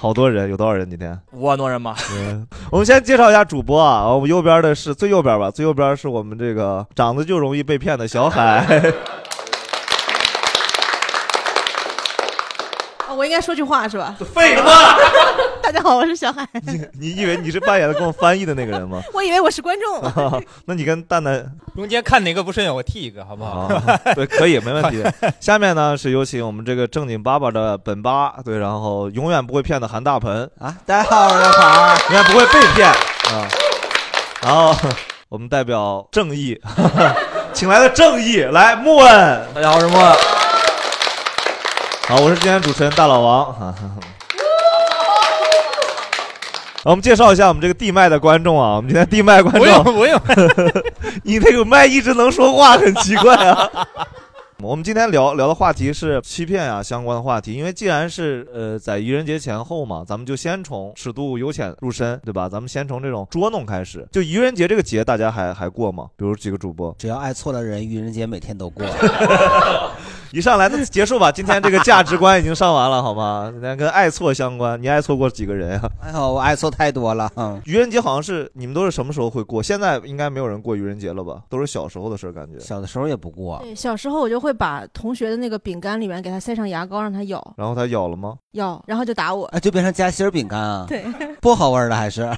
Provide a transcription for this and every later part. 好多人，有多少人今天？五万多人 吧。我们先介绍一下主播啊，我们右边的是最右边吧，最右边是我们这个长得就容易被骗的小海。啊我应该说句话是吧？废话！ 大家好，我是小海，你以为你是扮演的跟我翻译的那个人吗？ 我以为我是观众。啊那你跟蛋蛋中间看哪个不顺眼，我剃一个，好不好？啊，对，可以，没问题。下面呢是有请我们这个正经爸爸的本八，对，然后永远不会骗的韩大盆啊，大家好，我是韩，永远不会被骗啊。然后我们代表正义， 请来的正义来莫恩，大家好，我是莫恩。好，我是今天主持人大老王。 哈哈哈好我们介绍一下我们这个地麦的观众啊，我们今天地麦观众，我有我有， 你那个麦一直能说话，很奇怪啊。我们今天聊聊的话题是欺骗啊相关的话题，因为既然是呃在愚人节前后嘛，咱们就先从尺度由浅入深，对吧？咱们先从这种捉弄开始。就愚人节这个节，大家还还过吗？比如几个主播，只要爱错了人，愚人节每天 都过。一上来那结束吧，今 天这个价值观已经上完了，好吗？今天跟爱错相关，你爱错过几个人啊？哎呦，我爱错太多了。嗯，愚人节好像是你们都是什么时候会过？现在应该没有人过愚人节了吧？都是小时候的事儿，感觉小的时候也不过。对，小时候我就会把同学的那个饼干里面给他塞上牙膏，让他咬然后他咬了吗？咬，然后就打我。啊，就变成夹心儿饼干啊？对，不好味儿了 还是？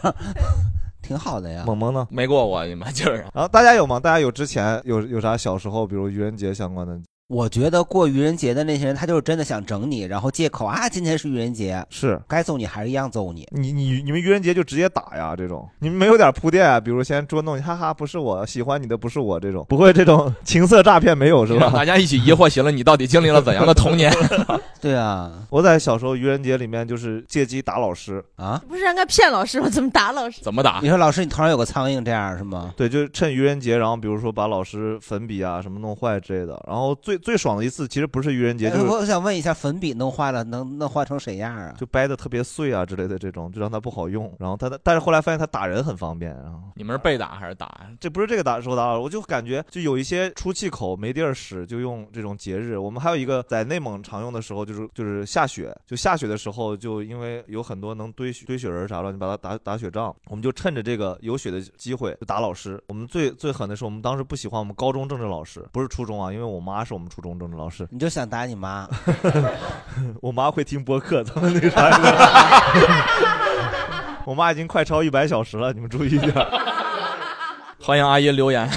挺好的呀。萌萌呢？没过我你们就是。然后大家有吗？大家有之前有有啥小时候，比如愚人节相关的？我觉得过愚人节的那些人，他就是真的想整你，然后借口啊，今天是愚人节，是该揍你还是一样揍你。你你你们愚人节就直接打呀？这种你们没有点铺垫啊？比如先捉弄你，哈哈，不是我喜欢你的，不是我这种，不会这种情色诈骗没有是吧？ 让大家一起疑惑，行了，你到底经历了怎样 的童年？ 对啊，我在小时候愚人节里面就是借机打老师啊， 不是应该骗老师吗？怎么打老师？怎么打你？说老师，你头上有个苍蝇，这样是吗？对，就是趁愚人节，然后比如说把老师粉笔啊什么弄坏之类的。然后最最爽的一次其实不是愚人节，哎就是我想问一下，粉笔弄坏了，能弄坏成谁样啊？就掰的特别碎啊之类的这种，就让他不好用。然后他但是后来发现他打人很方便，然后你们是被打还是打？这不是这个打手打扰了，我就感觉就有一些出气口没地儿使，就用这种节日。我们还有一个在内蒙常用的时候，就是就是下雪，就下雪的时候，就因为有很多能堆雪堆雪人啥乱七八糟打打雪仗，我们就趁着这个有雪的机会就打老师。我们最最狠的是，我们当时不喜欢我们高中政治老师，不是初中啊，因为我妈是我们初中政治老师，你就想打你妈？ 我妈会听播客，咱们那啥。 我妈已经快超一百小时了，你们注意一下。 欢迎阿姨留言。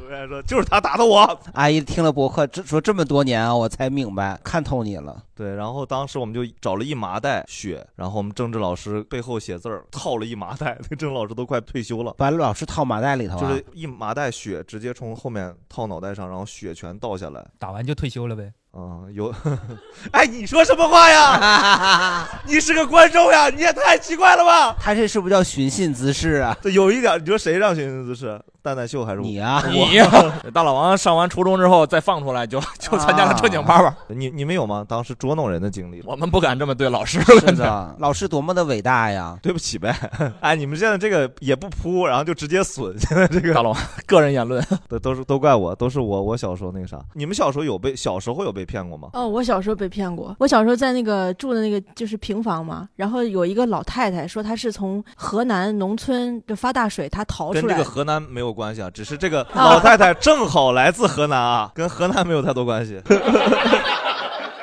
有人说 就是他打的我，阿姨听了博客，这说这么多年啊，我才明白，看透你了。对，然后当时我们就找了一麻袋雪，然后我们政治老师背后写字儿，套了一麻袋，那政治老师都快退休了。把老师套麻袋里头啊，就是一麻袋雪直接从后面套脑袋上，然后雪全倒下来。打完就退休了呗。嗯，有， 哎，你说什么话 呀？你是个观众呀，你也太奇怪了吧？他这是不是叫寻衅滋事啊？这有一点，你说谁让寻衅滋事？蛋蛋秀还 是我你啊，你呀、大老王上完初中之后再放出 来就，就参啊啊加了正经八百、你你们有吗？当时捉弄人的经历？我们不敢这么对老师。是的，老师多么的伟大呀！对不起呗。 哎，你们现在这个也不铺，然后就直接损。现在 这个大老王个人言论， 都都是都怪我，都是我我小时候那个啥。你们小时候有被小时候有被骗过吗？哦，我小时候被骗过。我小时候在那个住的那个就是平房嘛，然后有一个老太太说她是从河南农村就发大水，她逃跟出这来个。河南没有关系啊，只是这个老太太正好来自河南啊，跟河南没有太多关 系。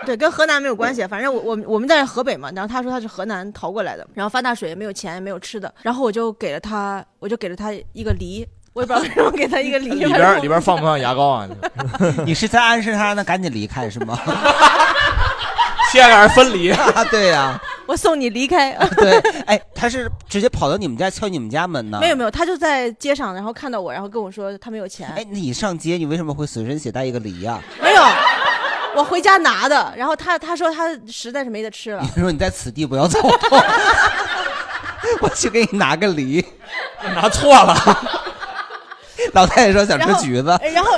对，跟河南没有关系。反正我我我们在河北嘛，然后他说他是河南逃过来的，然后发大水也没有钱也没有吃的，然后我就给了他，我就给了他一个梨，我也不知道为什么给他一个 梨。里边里边放不放牙膏啊？你是在暗示他让他赶紧离开是吗？现在俩人分离，啊， 对呀、我送你离开。对，哎，他是直接跑到你们家敲你们家门呢？没有。没有，他就在街上，然后看到我，然后跟我说他没有钱哎，，你上街你为什么会随身携带一个梨呀、 没有，我回家拿的。然后他他说他实在是没得吃了你，说你在此地不要走动， 我去给你拿个梨。拿错了。 老太太说想吃然后哎橘子，然后，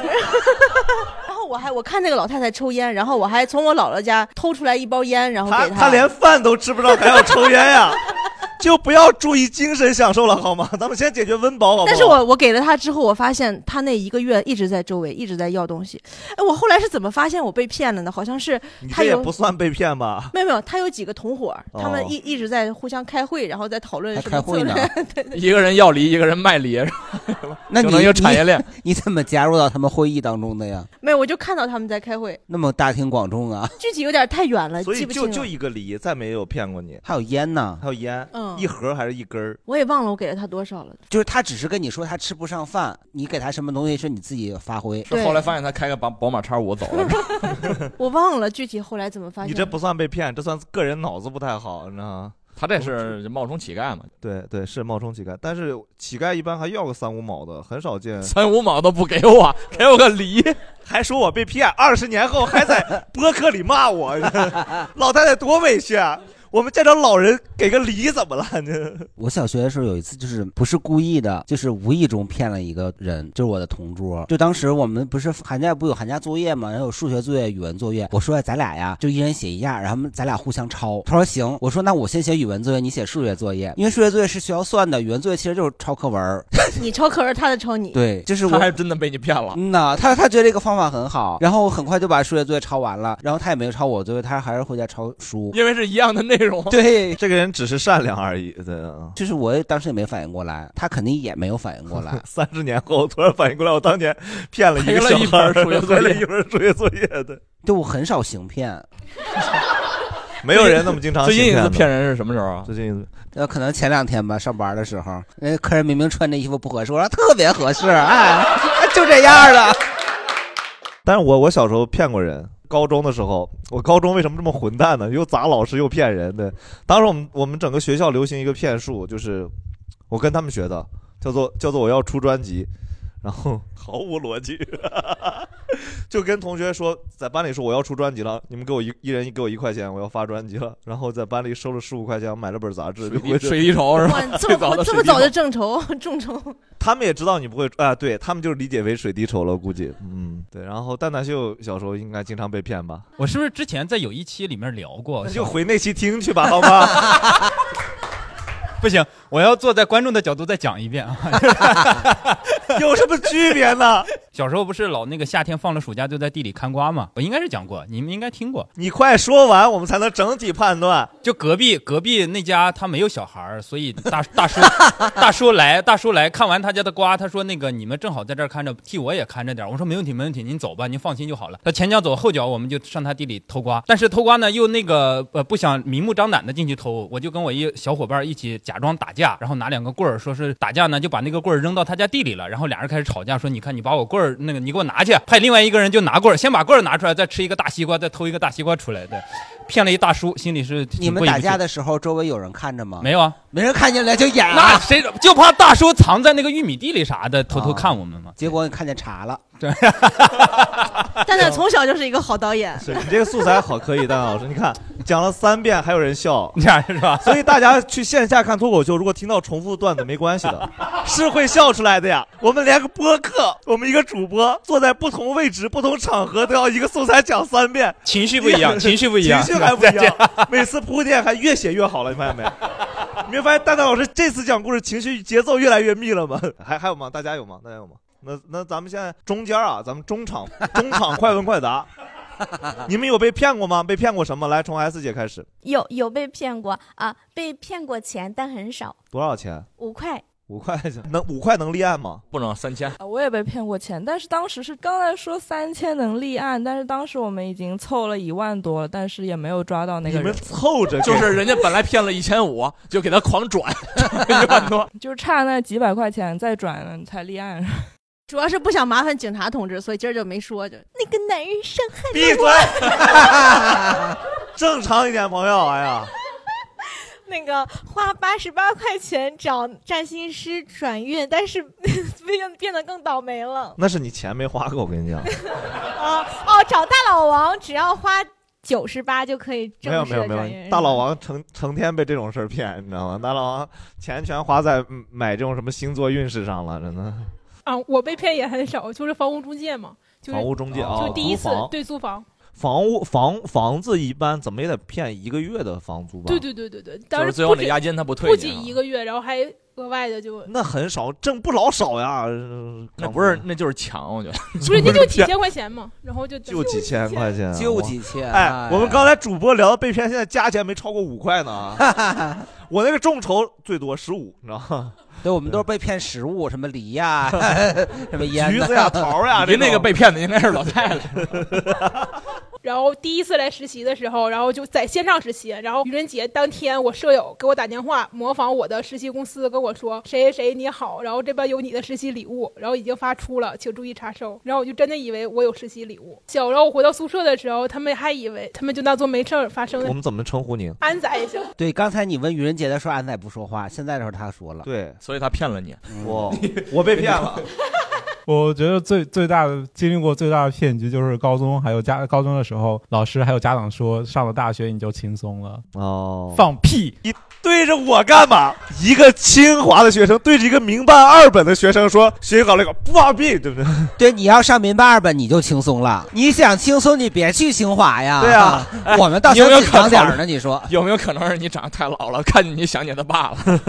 然后我还我看那个老太太抽烟，然后我还从我姥姥家偷出来一包烟，然后他给他连饭都吃不上，还要抽烟呀、 就不要注意精神享受了好吗？咱们先解决温饱好不好？但是我我给了他之后，我发现他那一个月一直在周围一直在要东西。哎，我后来是怎么发现我被骗了呢？好像是你他这也有不算被骗吧？没有没有，他有几个同伙儿，他哦们一一直在互相开会，然后在讨论还什么 开会策略。呢 对对一个人要梨，一个人卖梨，是吧那形成你一个产业链。 你，你怎么加入到他们会议当中的呀？没有，我就看到他们在开会，那么大庭广众啊，具体有点太远了，所以记不清就就了。一个梨，再没有骗过你。还有烟呢，还有烟，嗯一盒还是一根儿？我也忘了我给了他 多少了。就是他只是跟你说他吃不上饭，你给他什么东西是你自己发挥。是后来发现他开个宝宝马叉五走 了，我忘了具体后来怎么发你现。这不算被骗，这算个人脑子不太好，你知道吗？他这是冒充乞丐嘛？。对对，是冒充乞丐，但是乞丐一般还要个三五毛的，很少见 三五毛都不给 我，给我个梨，还说我被骗，二十年后还 在播客里骂我，老太太多委屈啊！我们这种老人给个梨怎么了？这 我小学的时候有一次，就是不是故意的，就是无意中骗了一个人，就是我的同桌。就当时我们不是寒假不有寒假作业嘛，然后有数学作业、语文作业。我说咱俩呀，就一人写一样，然后我们咱俩互相抄。他说行，我说那我先写语文作业，你写数学作业，因为数学作业是需要算的，语文作业其实就是抄课文儿。 你抄课文，他在 抄你。对，就是他我还真的被你骗了。嗯呐，他他觉得这个方法很好，然后很快就把数学作业抄完了，然后他也没有抄我作业，他还是回家抄书。因为是一样的内容，对， 这个人只是善良而已，对啊。。就是我当时也没反应过来，他肯定也没有反应过来 三十年后，突然反应过来，我当年骗了一个赔了小一孩本儿，数学作赔了业一本数学作业的，对我很少行骗， 没有人那么经常 最近一次行骗的。人是什么时候啊？最近一次，呃，可能前两天吧，上班的时候，那客人明明穿这衣服不合适，我说特别合适，哎，就这样了。但是我我小时候骗过人。高中的时候，我高中为什么这么混蛋呢？又砸老师又骗人的。当时我们我们整个学校流行一个骗术，就是我跟他们学的，叫做叫做我要出专辑，然后毫无逻辑， 就跟同学说在班里说我要出专辑了，你们给我一一人给我一块钱，我要发专辑了。然后在班里收了十五块钱，买了本杂志，就回去水滴筹是吧？哇，这最早么的这水么滴筹早就正愁众筹，他们也知道你不会啊，对他们就是理解为水滴筹了，估计，嗯，对。然后蛋蛋秀小时候应该经常被骗 吧，我是不是之前在有一期里面聊过那？就回那期听去吧，好吗？ 不行，我要坐在观众的角度再讲一遍啊！ 有什么区别呢？小时候不是老那个夏天放了暑假就在地里看瓜嘛，我应该是讲过，你们应该听过。你快说完，我们才能整体判断。就隔壁隔壁那家他没有小孩儿，所以大大叔 大叔来大叔来看完他家的瓜，他说那个你们正好在这儿看着，替我也看着点儿。我说没问题没问题，您走吧，您放心就好了。他前脚走后脚，我们就上他地里偷瓜，但是偷瓜呢又那个呃不想明目张胆的进去偷，我就跟我一小伙伴一起假装打架，然后拿两个棍儿，说是打架呢就把那个棍儿扔到他家地里了，然后俩人开始吵架，说你看你把我棍儿那个你给我拿去，派另外一个人就拿棍儿，先把棍儿拿出来，再吃一个大西瓜，再偷一个大西瓜出来，对，骗了一大叔，心里是挺你们过意打不去架的时候，周围有人看着吗？没有啊？没人看见来就演那啊。谁就怕大叔藏在那个玉米地里啥的，偷偷看我们嘛。结果你看见查 了，蛋蛋从小就是一个好导演。 是你这个素材好，可以，蛋蛋老师，你看讲了三遍还有人笑。你看 是吧？所以大家去线下看脱口秀，如果听到重复段子没关系 的，是会笑出来的呀。我们连个播客，我们一个主播坐在不同位置、不同场合都要一个素材讲三遍，情绪不一 样，情绪不一样，情绪还不一 样，每次铺垫还越写越好了，你发现没？你没发现蛋蛋老师这次讲故事情绪节奏越来越密了吗？ 还还有吗？大家有吗？大家有吗？那那咱们现在中间啊，咱们中场 中场快问快答，你们有被骗过吗？被骗过什么？来，从 S 姐开始， 有有被骗过啊，被骗过钱，但很少，多少钱？五块。五块钱，能五块能立案吗？不能三千，啊，我也被骗过钱，但是当时是刚才说三千能立案，但是当时我们已经凑了一万多了，但是也没有抓到那你个们人，凑着给就是人家本来骗了一千五，就给他狂转 一万多，就是差那几百块钱再转才立案。 主要是不想麻烦警察同志，所以今儿就没说。就那个男人伤害闭嘴，正常一点，朋友。哎呀， 那个花八十八块钱找占星师转运，但是 变变得更倒霉了 哦那是你钱没花够，我跟你讲。啊！哦，找大老王只要花九十八就可以没有正式没有的没转运有，大老王成成天被这种事儿骗，你知道吗？大老王钱全花在嗯买这种什么星座运势上了，真的。啊，我被骗也很少，我就是房屋中介嘛，就是房屋中介哦就第一次租房对租房，房屋房房子一般怎么也得骗一个月的房租吧？对对对对对，就当是时最后不你止押金他不退不你仅啊一个月，然后还额外的就那很少，挣不老少呀。那不是，那就是抢，我觉得。不是那就几千块钱嘛，然后 就就几千块钱，啊就我几千哎，我们刚才主播聊的被骗，现在加起来没超过五块呢。 我那个众筹最多十五，你知道吗？对，我们都是被骗食物，什么梨呀、什么烟、橘子呀、桃 呀，您这种骗的应该是老太太。然后第一次来实习的时候，然后就在线上实习，然后愚人节当天，我舍友给我打电话，模仿我的实习公司跟我说：“谁谁谁你好，然后这边有你的实习礼物，然后已经发出了，请注意查收。”然后我就真的以为我有实习礼物。小，然后我回到宿舍的时候，他们还以为他们就当做没事儿发生我们怎么称呼您？安宰一下。对，刚才你问愚人节的时候，安仔不说话，现在的时候他说了。对， 所以他骗了你。我我被骗 了。 我觉得最最大的经历过最大的骗局就是高中，还有家高中的时候，老师还有家长说上了大学你就轻松了。哦，放屁！你对着我干嘛？一个清华的学生对着一个民办二本的学生说：“学习好了个不放屁，对不对？” 对，你要上民办二本你就轻松了，你想轻松你别去清华呀。对啊哎我们倒你有想没有紧可张点能儿呢。你说 有没有可能是你长得太老了，看见你想你他爸了？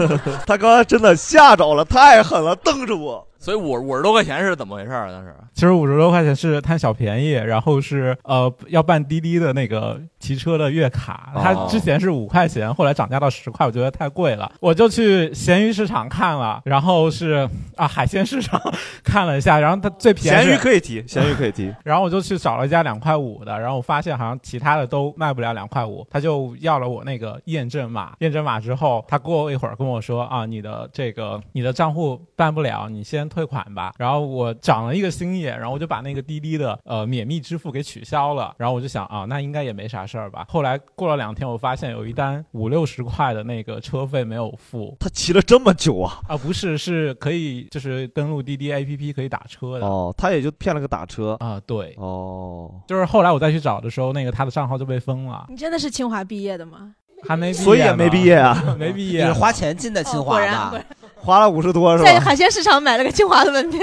他刚刚真的吓着了，太狠了，瞪着我。所以五五十多块钱是怎么回事儿啊？当时其实五十多块钱是贪小便宜，然后是呃要办滴滴的那个骑车的月卡，它哦之前是五块钱，后来涨价到十块，我觉得太贵了，我就去闲鱼市场看了，然后是啊海鲜市场 看了一下，然后它最便宜咸是鱼可以提，咸鱼可以嗯提。然后我就去找了一家两块五的，然后我发现好像其他的都卖不了两块五，他就要了我那个验证码。验证码之后，他过一会儿跟我说啊，你的这个你的账户办不了，你先退款吧。然后我长了一个心眼，然后我就把那个滴滴的呃免密支付给取消了。然后我就想啊，那应该也没啥事儿吧。后来过了两天，我发现有一单五六十块的那个车费没有付。他骑了这么久啊？啊，不是，是可以就是登录滴滴 APP 可以打车的。哦，他也就骗了个打车啊。对，哦，就是后来我再去找的时候，那个他的账号就被封了，你真的是清华毕业的吗？还没毕业，所以也没毕业啊哦没毕业，你是哦花钱进的清华果然吧果？然花了五十多是在吧？海鲜市场买了个清华的门票。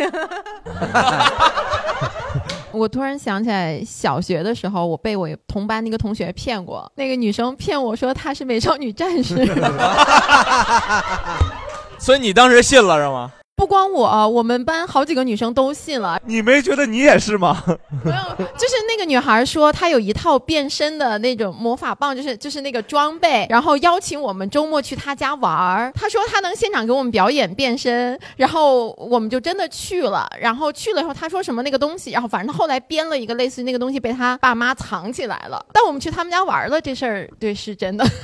我突然想起来，小学的时候我被我同班的一个同学骗过，那个女生骗我说她是美少女战士。所以你当时信了是吗？不光我，我们班好几个女生都信了。你没觉得你也是吗？就是那个女孩说她有一套变身的那种魔法棒，就是就是那个装备，然后邀请我们周末去她家玩儿。她说她能现场给我们表演变身，然后我们就真的去了。然后去了以后，她说什么那个东西，然后反正她后来编了一个类似于那个东西被她爸妈藏起来了。但我们去他们家玩儿了，这事儿对是真的。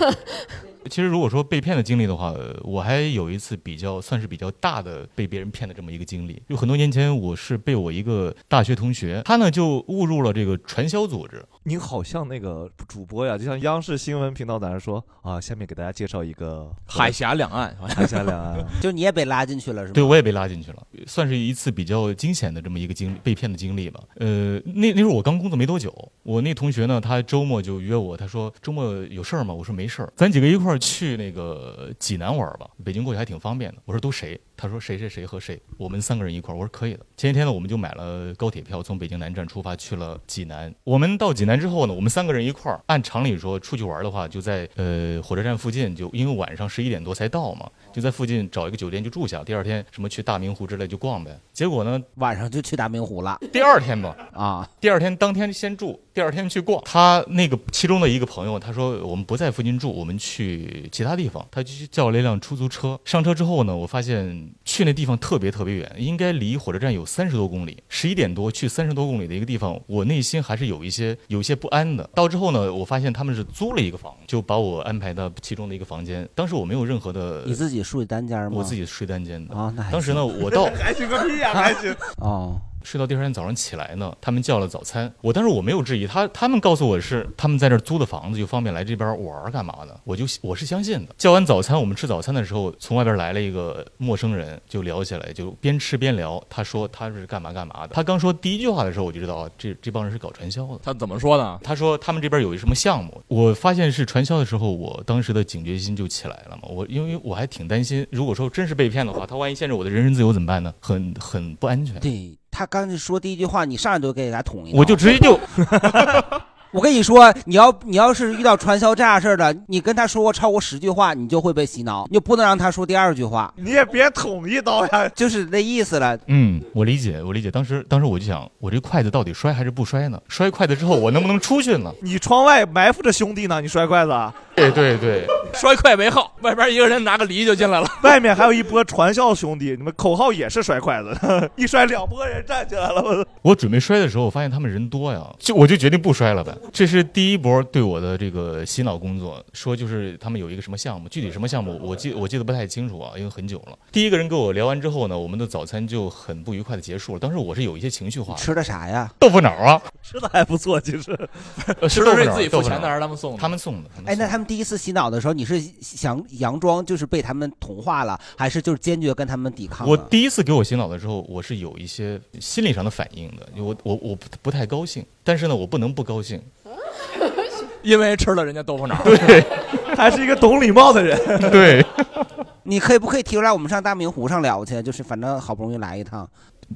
其实如果说被骗的经历的话，呃我还有一次比较算是比较大的被别人骗的这么一个经历。有很多年前，我是被我一个大学同学，他呢就误入了这个传销组织。您好像那个主播呀，就像央视新闻频道在那说啊，下面给大家介绍一个海峡两岸，海峡两岸。啊 就你也被拉进去了是吗？对，我也被拉进去了，算是一次比较惊险的这么一个经历，被骗的经历吧。呃，那那时候我刚工作没多久，我那同学呢，他周末就约我，他说周末有事儿吗？我说没事儿，咱几个一块儿去那个济南玩儿吧，北京过去还挺方便的。我说都谁？他说谁谁谁和谁，我们三个人一块儿。我说可以的。前几天呢，我们就买了高铁票，从北京南站出发去了济南。我们到济南之后呢，我们三个人一块儿，按常理说出去玩儿的话，就在呃火车站附近，就因为晚上十一点多才到嘛，就在附近找一个酒店就住下，第二天什么去大明湖之类就逛呗。结果呢，晚上就去大明湖了第二天吧，啊！第二天当天先住，第二天去逛。他那个其中的一个朋友，他说我们不在附近住，我们去其他地方。他就去叫了一辆出租车。上车之后呢，我发现去那地方特别特别远，应该离火车站有三十多公里。十一点多去三十多公里的一个地方，我内心还是有一些有一些不安的。到之后呢，我发现他们是租了一个房，就把我安排到其中的一个房间。当时我没有任何的，你自己睡单间吗？我自己睡单间的啊，那 还当时呢，行我到啊还行个屁呀、还行。哦，睡到第二天早上起来呢，他们叫了早餐。我当时我没有质疑，他他们告诉我是他们在这儿租的房子，就方便来这边玩儿干嘛的，我就我是相信的。叫完早餐，我们吃早餐的时候，从外边来了一个陌生人，就聊起来，就边吃边聊。他说他是干嘛干嘛的。他刚说第一句话的时候，我就知道啊，这这帮人是搞传销的。他怎么说的？他说他们这边有一什么项目。我发现是传销的时候，我当时的警觉心就起来了嘛。我因为我还挺担心，如果说真是被骗的话，他万一限制我的人身自由怎么办呢？很很不安全。对他刚才说第一句话，你上来就给他捅一刀，我就直接就。 我跟你说，你要你要是遇到传销这样事儿的，你跟他说过超过十句话，你就会被洗脑，你就不能让他说第二句话。你也别捅一刀呀，就是那意思了。嗯，我理解，我理解。当时，当时我就想，我这筷子到底摔还是不摔呢？摔筷子之后，我能不能出去呢？你窗外哎埋伏着兄弟呢，你摔筷子啊？对对对，摔筷为号，外边一个人拿个梨就进来了。 外面还有一波传销兄弟，你们口号也是摔筷子， 一摔两拨人站起来了。 我准备摔的时候，我发现他们人多呀，就我就决定不摔了呗。这是第一波对我的这个洗脑工作，说就是他们有一个什么项目，具体什么项目我记我记得不太清楚啊，因为很久了。第一个人跟我聊完之后呢，我们的早餐就很不愉快的结束了。当时我是有一些情绪化的，吃的啥呀？豆腐脑啊，吃的还不错，其实吃豆腐脑，豆腐脑是他们送的？他们送的。哎，那他们第一次洗脑的时候，你是想佯装就是被他们同化了，还是就是坚决跟他们抵抗？我第一次给我洗脑的时候，我是有一些心理上的反应的，哦因为我我我不不太高兴，但是呢，我不能不高兴，因为吃了人家豆腐脑。对，还是一个懂礼貌的人。 对， 你可以不可以提出来，我们上大明湖上聊去？就是反正好不容易来一趟。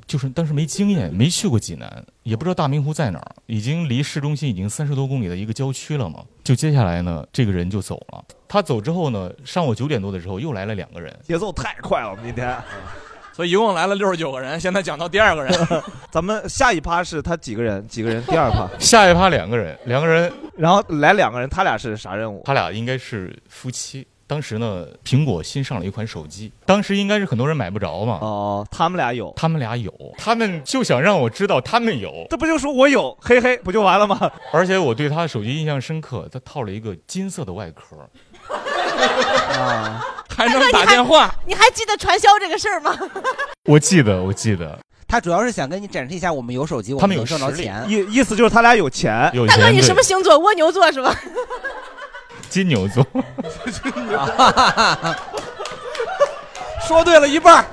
就是当时没经验，没去过济南，也不知道大明湖在哪儿，已经离市中心已经三十多公里的一个郊区了嘛。就接下来呢，这个人就走了。他走之后呢，上午九点多的时候又来了两个人，节奏太快了，我们今天。 所以一共来了六十九个人，现在讲到第二个人， 咱们下一趴是他几个人？几个人？第二趴。 下一趴两个人，两个人，然后来两个人，他俩是啥任务？他俩应该是夫妻。当时呢，苹果新上了一款手机，当时应该是很多人买不着嘛。哦，他们俩有，他们俩有，他们就想让我知道他们有，这不就说我有，嘿嘿，不就完了吗？而且我对他手机印象深刻，他套了一个金色的外壳，啊，还 那你还。你还记得传销这个事儿吗？ 我记得，我记得，他主要是想跟你展示一下，我们有手机，我他们有能挣着实力钱。意意思就是他俩有钱，有大哥，钱你对什么星座？蜗牛座是吧？金牛座，说对了一半儿，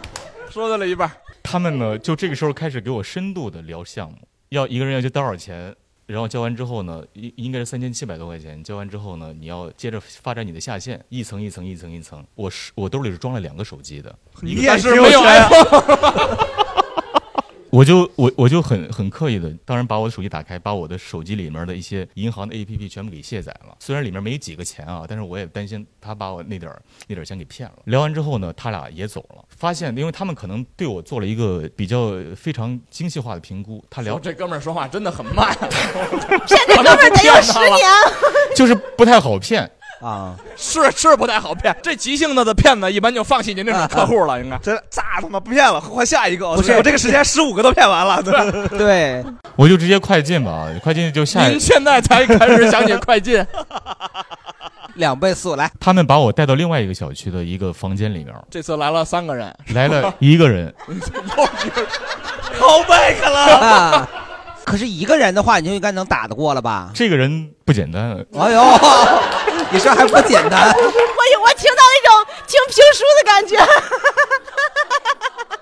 说对了一半儿。他们呢就这个时候开始给我深度的聊项目，要一个人要交多少钱，然后交完之后呢，应应该是三千七百多块钱，交完之后呢，你要接着发展你的下线，一层一层一层一层。我是我兜里是装了两个手机的，一个也是没有钱啊我就我我就很很刻意的，当然把我的手机打开，把我的手机里面的一些银行的 APP 全部给卸载了。虽然里面没几个钱啊，但是我也担心他把我那点儿那点儿钱给骗了。聊完之后呢，他俩也走了，发现因为他们可能对我做了一个比较非常精细化的评估，他 聊这哥们儿说话真的很慢，啊 骗这哥们儿得有十年。啊就是不太好骗。啊，是是不太好骗。这急性子的骗子一般就放弃您这种客户了，应该。真啊咋他妈不骗了，换下一个。不是我这个时间十五个都骗完了。 对对，我就直接快进吧，快进就下一 您。现在才开始想起 快进，两倍速来。他们把我带到另外一个小区的一个房间里面，这次来了三个人， 来了一个人， ，call Oh back 啊，可是一个人的话，你就应该能打得过了吧？这个人不简单，哎呦， 你说还不简单？我我听到那种听评书的感觉，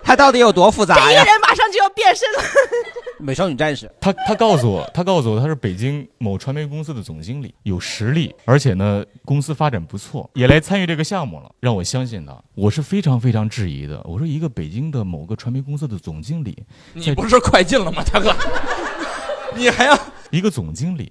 他到底有多复杂这一呀个？人马上就要变身了。 美少女战士，他他告诉我，他告诉我他是北京某传媒公司的总经理，有实力，而且呢公司发展不错，也来参与这个项目了，让我相信他。我是非常非常质疑的。我说一个北京的某个传媒公司的总经理，你不是快进了吗，大哥？你还要一个总经理，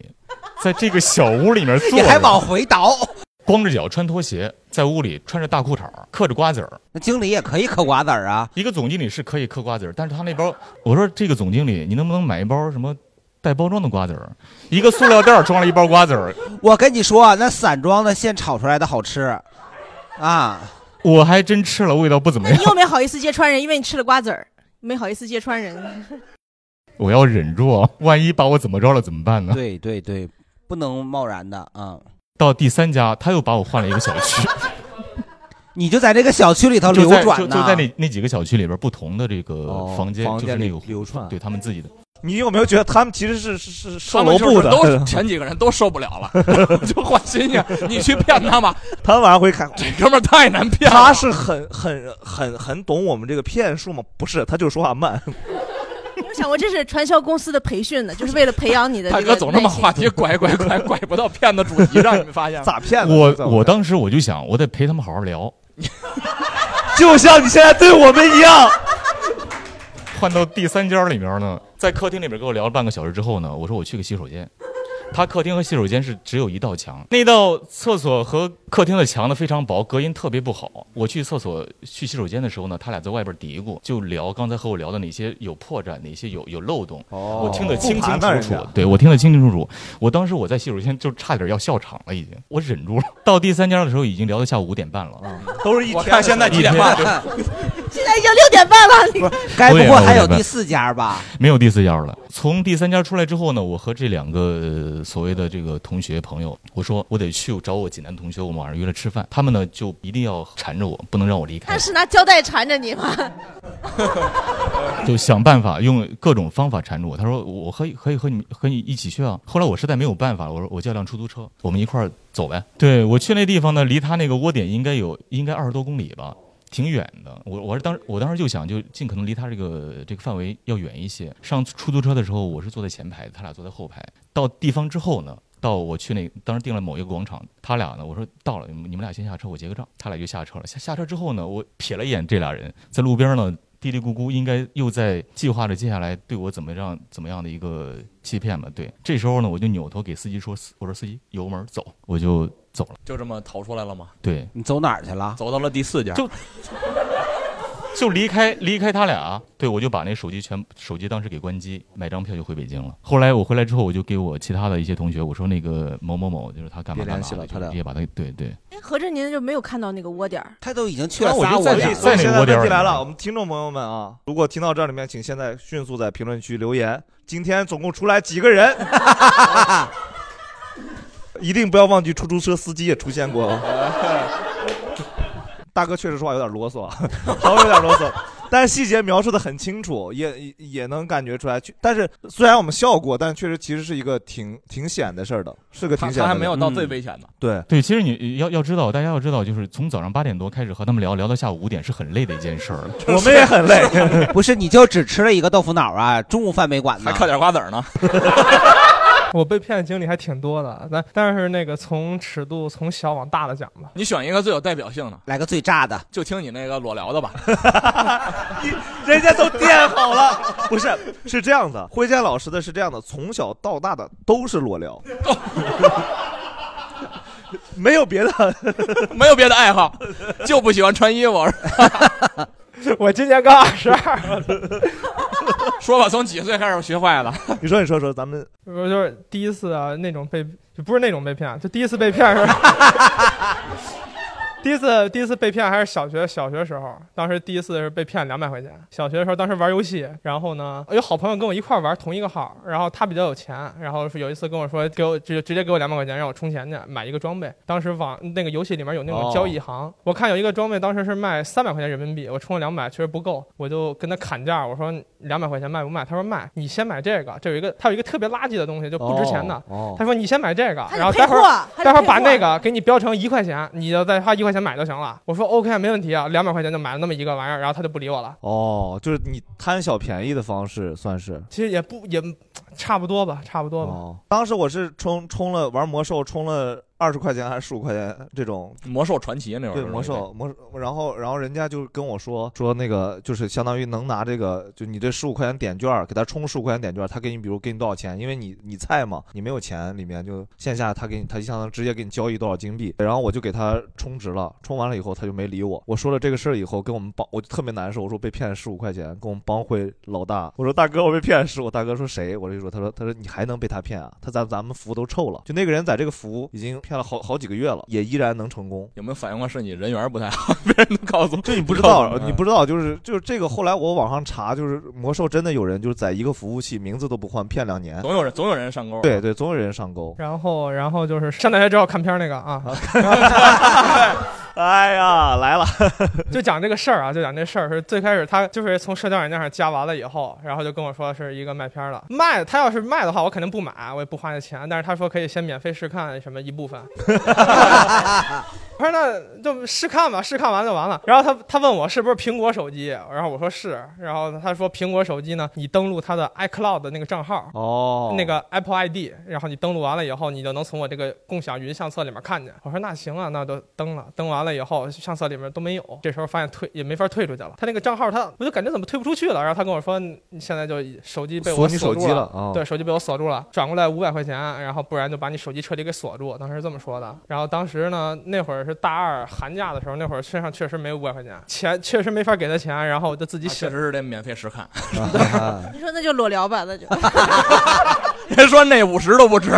在这个小屋里面坐 着，你还往回倒，光着脚穿拖鞋，在屋里穿着大裤衩儿，嗑着瓜子儿。那经理也可以嗑瓜子儿啊。一个总经理是可以嗑瓜子儿，但是他那包，我说这个总经理，你能不能买一包什么带包装的瓜子儿？一个塑料袋儿装了一包瓜子儿， 我跟你说啊，那散装的现炒出来的好吃，啊，我还真吃了，味道不怎么样哎你。又没好意思揭穿人，因为你吃了瓜子儿，没好意思揭穿人。我要忍住啊，万一把我怎么着了怎么办呢？对对对，不能贸然的啊、嗯到第三家，他又把我换了一个小区。你就在这个小区里头流就在转就呢就在那那几个小区里边不同的这个哦房间，房就间是那里个流窜，对他们自己的。你有没有觉得他们其实是是是售他们楼就是部的？ 都前几个人都受不了了， 就换新鲜，你去骗他吧， 他们晚上回看，这哥们儿太难骗了。他是很很很很懂我们这个骗术吗？不是，他就是说话慢。 我想过这是传销公司的培训呢，就是为了培养你的。大哥总这么话题拐拐拐拐不到骗的主题上，你们发现 吗？咋骗我我当时我就想，我得陪他们好好聊， 就像你现在对我们一样。换到第三家里面呢，在客厅里面跟我聊了半个小时之后呢，我说我去个洗手间。他客厅和洗手间是只有一道墙，那道厕所和客厅的墙呢非常薄，隔音特别不好。我去厕所去洗手间的时候呢，他俩在外边嘀咕，就聊刚才和我聊的哪些有破绽，哪些有有漏洞，哦我听得清清复盘呢楚人楚家。对我听得清清楚楚。我当时我在洗手间就差点要笑场了，已经，我忍住了。到第三家的时候已经聊到下午五点半了，啊都是一我看现在几点半？现在已经六点半了，你该不会还有我也明白第四家吧？ 没有第四家了。从第三家出来之后呢，我和这两个、呃所谓的这个同学朋友，我说我得去找我济南同学，我们晚上约了吃饭。他们呢就一定要缠着我，不能让我离开他，是拿胶带缠着你吗？就想办法用各种方法缠住我。他说我可以可以和你和你一起去啊。后来我实在没有办法了，我说我叫辆出租车，我们一块儿走呗。对我去那地方呢，离他那个窝点应该有应该二十多公里吧。挺远的，我我是当时我当时就想，就尽可能离他这个这个范围要远一些。上出租车的时候，我是坐在前排，他俩坐在后排。到地方之后呢，到我去那当时定了某一个广场，他俩呢，我说到了，你们你们俩先下车，我结个账。他俩就下车了。下下车之后呢，我瞥了一眼这俩人，在路边呢嘀嘀咕咕，应该又在计划着接下来对我怎么样怎么样的一个欺骗吧。对，这时候呢，我就扭头给司机说，司我说司机油门走，我就走了。就这么逃出来了吗？对你走哪儿去了？走到了第四家， 就就离开离开他俩，啊对我就把那手机全手机当时给关机，买张票就回北京了。后来我回来之后，我就给我其他的一些同学我说那个某某某，哦就是他干嘛别联干嘛系了的，他俩就直接把他对对，哎 合着您就没有看到那个窝点儿？他都已经去那了我仨就窝在点这儿里，了，所以现在问题来点了，了我们听众朋友们啊，如果听到这里面，请现在迅速在评论区留言。今天总共出来几个人？ 一定不要忘记，出租车司机也出现过哦。大哥确实说话有点啰嗦啊， 稍微有点啰嗦，但是细节描述的很清楚，也也也能感觉出来。去但是虽然我们笑过，但是确实其实是一个挺挺险的事儿的，是个挺他挺他还吓人的没有到嗯最危险的。对对，其实你要要知道，大家要知道，就是从早上八点多开始和他们聊，聊到下午五点是很累的一件事儿。 我们也很累 不是，你就只吃了一个豆腐脑啊，中午饭没管呢，还嗑点瓜子呢。我被骗的经历还挺多的，但但是那个从尺度从小往大的讲吧。你选一个最有代表性的，来个最炸的，就听你那个裸聊 的吧。 人家都垫好了， 不是是这样的，辉健老师的是这样的，从小到大的都是裸 聊，没有别的， 没有别的爱好，就不喜欢穿衣服。 我今年刚二十二，说吧，从几岁开始学坏的？你说，你说，说，咱们我就是第一次啊，那种被就不是那种被骗啊，就第一次被骗是，第一次第一次被骗还是小学小学时候，当时第一次是被骗两百块钱。小学的时候，当时玩游戏，然后呢，有好朋友跟我一块儿玩同一个号，然后他比较有钱，然后是有一次跟我说给我直直接给我两百块钱让我充钱去买一个装备。当时网那个游戏里面有那种交哦易行，我看有一个装备当时是卖三百块钱人民币，我充了两百确实不够，我就跟他砍价，我说两百块钱卖不卖？他说卖，你先买这个，这有一个他有一个特别垃圾的东西就不值钱的，哦哦他说你先买这个，得然后配待会货儿还得待会儿配把货那个给你标成一块钱，你就再花一块钱买就行了。我说 OK 没问题啊，两百块钱就买了那么一个玩意儿，然后他就不理我了。哦，就是你贪小便宜的方式算是。其实也不也差不多吧，差不多吧。哦，当时我是充充了玩魔兽，充了二十块钱还是十五块钱这种魔兽传奇那会儿对是吧魔兽对魔兽，然后然后人家就跟我说说那个就是相当于能拿这个就你这十五块钱点券儿给他充十五块钱点券儿，他给你比如给你多少钱，因为你你菜嘛，你没有钱里面就线下他给你他就相当于直接给你交易多少金币，然后我就给他充值了，充完了以后他就没理我，我说了这个事儿以后跟我们帮我就特别难受，我说被骗十五块钱，跟我们帮会老大，我说大哥我被骗十五，大哥说谁，我就说他说他说你还能被他骗啊，他咱咱们服务都臭了，就那个人在这个服务已经骗了好好几个月了，也依然能成功。有没有反应过是你人缘不太好， 别人都告诉就你不知道，呃嗯你不知道，就是就是这个。后来我网上查，就是魔兽真的有人就是在一个服务器名字都不换骗两年，总有人总有人上钩。对对，总有人上钩。然后然后就是上大学之后看片儿那个啊， 哎呀，来了， 就讲这个事儿啊，就讲这事儿是最开始他就是从社交软件上加完了以后，然后就跟我说是一个卖片儿的，卖他要是卖的话，我肯定不买，我也不花这钱，但是他说可以先免费试看什么一部分， 我说那就试看吧，试看完就完了。然后他他问我是不是苹果手机，然后我说是，然后他说苹果手机呢，你登录他的 iCloud 的那个账号，哦，那个 Apple ID，然后你登录完了以后，你就能从我这个共享云相册里面看见。我说那行啊，那就登了，登完了以后相册里面都没有，这时候发现退也没法退出去了。他那个账号他我就感觉怎么退不出去了，然后他跟我说你现在就手机被锁我你锁手住机了，了哦对，手机被我锁住了，转过来五百块钱，然后不然就把你手机彻底给锁住。当时是这么说的。然后当时呢，那会儿是大二寒假的时候，那会儿身上确实没有五百块钱，钱确实没法给他钱， 然后我就自己写。确啊实是得免费试看。你说那就裸聊吧，那 就 人说那五十都不值，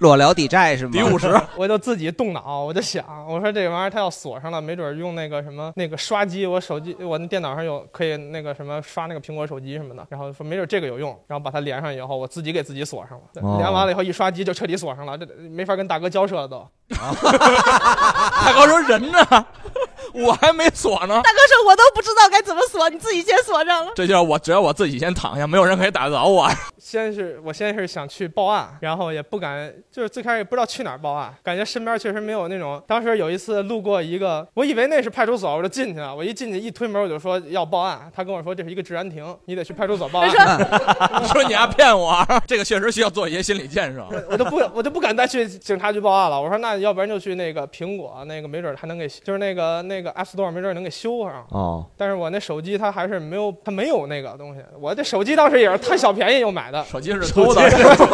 裸聊抵债是吗？ 我就自己动脑，我就想，我说这玩意儿它要锁上了，没准儿用那个什么那个刷机，我手机我那电脑上有可以那个什么刷那个苹果手机什么的，然后说没准儿这个有用，然后把它连上以后，我自己给自己锁上了，对哦连完了以后一刷机就彻底锁上了，这没法跟大哥交涉了都。啊 大哥说人呢， 我还没锁呢。大哥说，我都不知道该怎么锁，你自己先锁上了。这就是我，只要我自己先躺下，没有人可以打倒我。 先是我先是想去报案，然后也不敢，就是最开始也不知道去哪儿报案，感觉身边确实没有那种。当时有一次路过一个，我以为那是派出所，我就进去了。我一进去一推门，我就说要报案，他跟我说这是一个治安庭，你得去派出所报案。你说你还骗我， 这个确实需要做一些心理建设。我都不我都不敢再去警察局报案了。我说那要不然就去那个苹果那个，没准还能给就是那个那个 App Store 没准能给修上。哦，但是我那手机它还是没有，它没有那个东西。我这手机当时也是贪小便宜又买的，手机是 偷的手机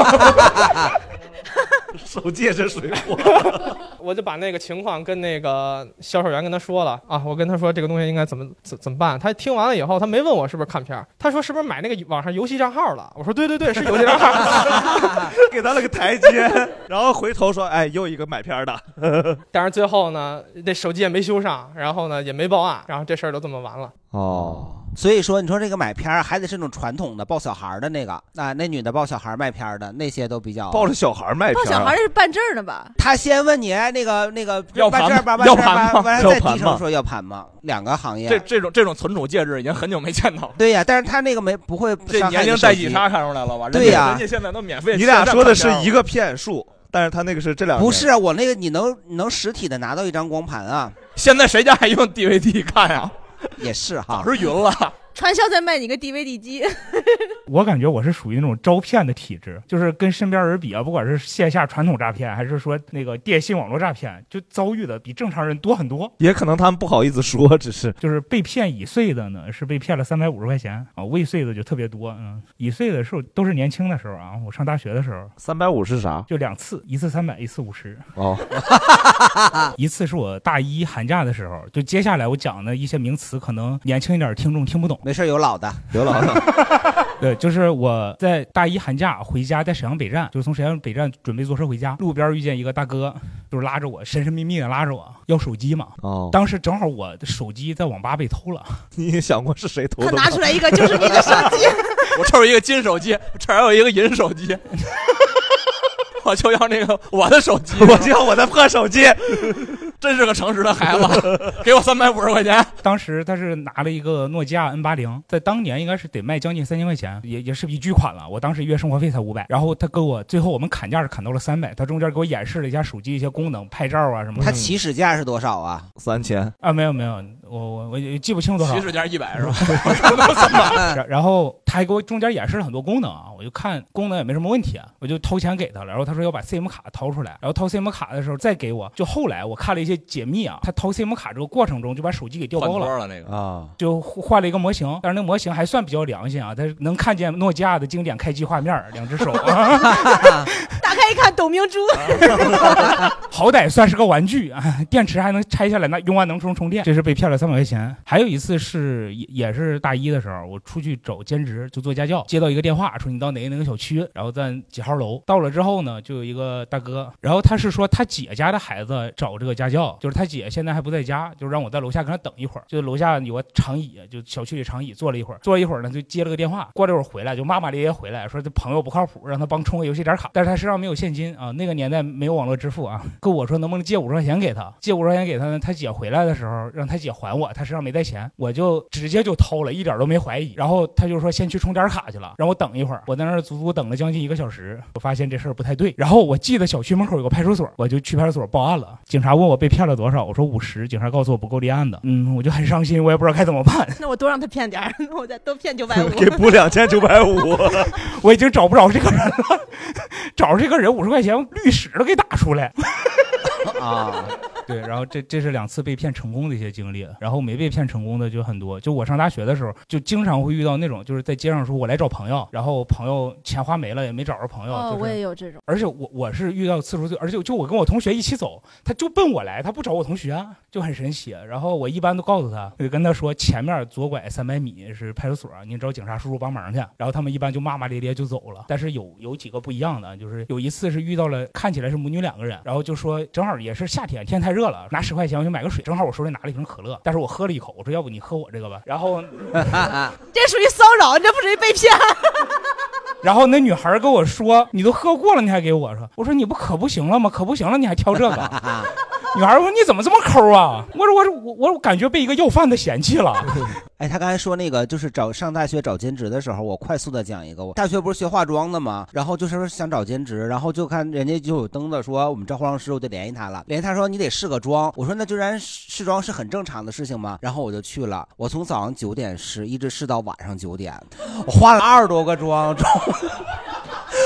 手机也是水货。 我就把那个情况跟那个销售员跟他说了啊，我跟他说这个东西应该怎么怎怎么办。他听完了以后，他没问我是不是看片儿，他说是不是买那个网上游戏账号了？我说对对对，是游戏账号。 给他了个台阶，然后回头说：“哎，又一个买片儿的。 但是最后呢，这手机也没修上，然后呢也没报案，然后这事儿就这么完了。哦，所以说你说这个买片儿还得是那种传统的抱小孩儿的那个，啊，那女的抱小孩儿卖片儿的那些都比较抱着小孩儿卖抱小孩儿是啊办证儿的吧？他先问你哎那个那个要办盘证儿吗吧，要办证儿盘吧吗完了要再盘低声吗说要盘吗？两个行业，这这种这种存储介质已经很久没见到了。对呀、但是他那个没不会这伤害年你龄手代机际差看出来了吧？人家对呀、人家现在都免”费。你俩说的是一个骗术，但是他那个是这两不是啊我那个你能你能实体的拿到一张光盘啊？现在谁家还用 DVD 看呀、也是哈，早是云了。传销再卖你个 DVD 机， 我感觉我是属于那种招骗的体质，就是跟身边人比啊，不管是线下传统诈骗，还是说那个电信网络诈骗，就遭遇的比正常人多很多。 也可能他们不好意思说，只是就是被骗已遂的呢，是被骗了三百五十块钱啊，未遂的就特别多。嗯，已遂的时候都是年轻的时候啊，我上大学的时候，三百五是啥？就两次，一次三百，一次五十。哦， 啊一次是我大一寒假的时候，就接下来我讲的一些名词，可能年轻一点儿听众听不懂。没事，有老的，有老的。 对，就是我在大一寒假回家，在沈阳北站，就是从沈阳北站准备坐车回家，路边遇见一个大哥，就是拉着我，神神秘秘的拉着我要手机嘛。哦，当时正好我的手机在网吧被偷了， 你也想过是谁偷的吗他拿出来一个就是你的手 机。 我这儿有一个金手机，这儿还有一个银手机， 我就要那个我的手机，我就要 我的破手机， 真是个诚实的哎孩子， 给我三百五十块钱。当时他是拿了一个诺基亚 N 八零，在当年应该是得卖将近三千块钱，也也是笔巨款了。我当时月生活费才五百，然后他跟我最后我们砍价是砍到了三百，他中间给我演示了一下手机一些功能，拍照啊什么的。他起始价是多少啊？三千啊，没有没有，我我我也记不清多少，起始价100是吧 然然后他还给我中间演示了很多功能啊，我就看功能也没什么问题啊，我就掏钱给他了。然后他说要把 SIM 卡掏出来，然后掏 SIM 卡的时候再给我。就后来我看了一些解密啊，他掏 SIM 卡这个过程中就把手机给调换包锅了那个啊，就换了一个模型，但是那模型还算比较良心啊，它是能看见诺基亚的经典开机画面儿，两只手啊。 打开一看，董明珠。好歹算是个玩具啊，电池还能拆下来，那用完能充充电。这是被骗了三百块钱。还有一次是也也是大一的时候，我出去找兼职，就做家教，接到一个电话说你到哪个哪个小区，然后在几号楼。到了之后呢，就有一个大哥，然后他是说他姐家的孩子找这个家教，就是他姐现在还不在家，就让我在楼下跟他等一会儿。就楼下有个长椅，就小区里长椅坐了一会儿，坐了一会儿呢就接了个电话，过了一会儿回来就骂骂咧咧回来 说这朋友不靠谱，让他帮充个游戏点卡，但是他身上没有现金啊，那个年代没有网络支付啊，跟我说能不能借五十块钱给他，借五十块钱给他呢，他姐回来的时候让他姐还我，他身上没带钱，我就直接就偷了，一点都没怀疑。然后他就说先去充点卡去了，让我等一会儿，我在那儿足足等了将近一个小时，我发现这事儿不太对。然后我记得小区门口有个派出所，我就去派出所报案了。警察问我被骗了多少，我说五十，警察告诉我不够立案的，嗯，我就很伤心，我也不知道该怎么办。那我多让他骗点儿， 那我再多骗九百五， 给补两千九百五，我已经找不着这个人了，找着这个人五十块钱律师都给打出来。啊，对，然后这这是两次被骗成功的一些经历，然后没被骗成功的就很多。就我上大学的时候，就经常会遇到那种，就是在街上说我来找朋友，然后朋友钱花没了也没找着朋友。 哦就是我也有这种而且我我是遇到次数最，而且就我跟我同学一起走，他就奔我来，他不找我同学，啊就很神奇。然后我一般都告诉他，我就跟他说前面左拐三百米是派出所，您找警察叔叔帮忙去。然后他们一般就骂骂咧咧就走了。但是有有几个不一样的，就是有一次是遇到了看起来是母女两个人，然后就说正好也是夏天，天太热了，拿十块钱我去买个水，正好我手里拿了一瓶可乐，但是我喝了一口，我说要不你喝我这个吧。然后 这属于骚扰，这不属于被骗。然后那女孩儿跟我说：“你都喝过了，你还给我说？”我说：“你不可不行了吗？可不行了，你还挑这个。”女孩儿说：“你怎么这么抠啊？”我说：“我说我我感觉被一个要饭的嫌弃了。 哎，他刚才说那个就是找上大学找兼职的时候，我快速的讲一个，我大学不是学化妆的嘛，然后就是想找兼职，然后就看人家就有灯的说我们招化妆师，我就联系他了，联系他说你得试个妆，我说那就然试妆是很正常的事情嘛，然后我就去了，我从早上九点试一直试到晚上九点，我化了二十多个妆，妆。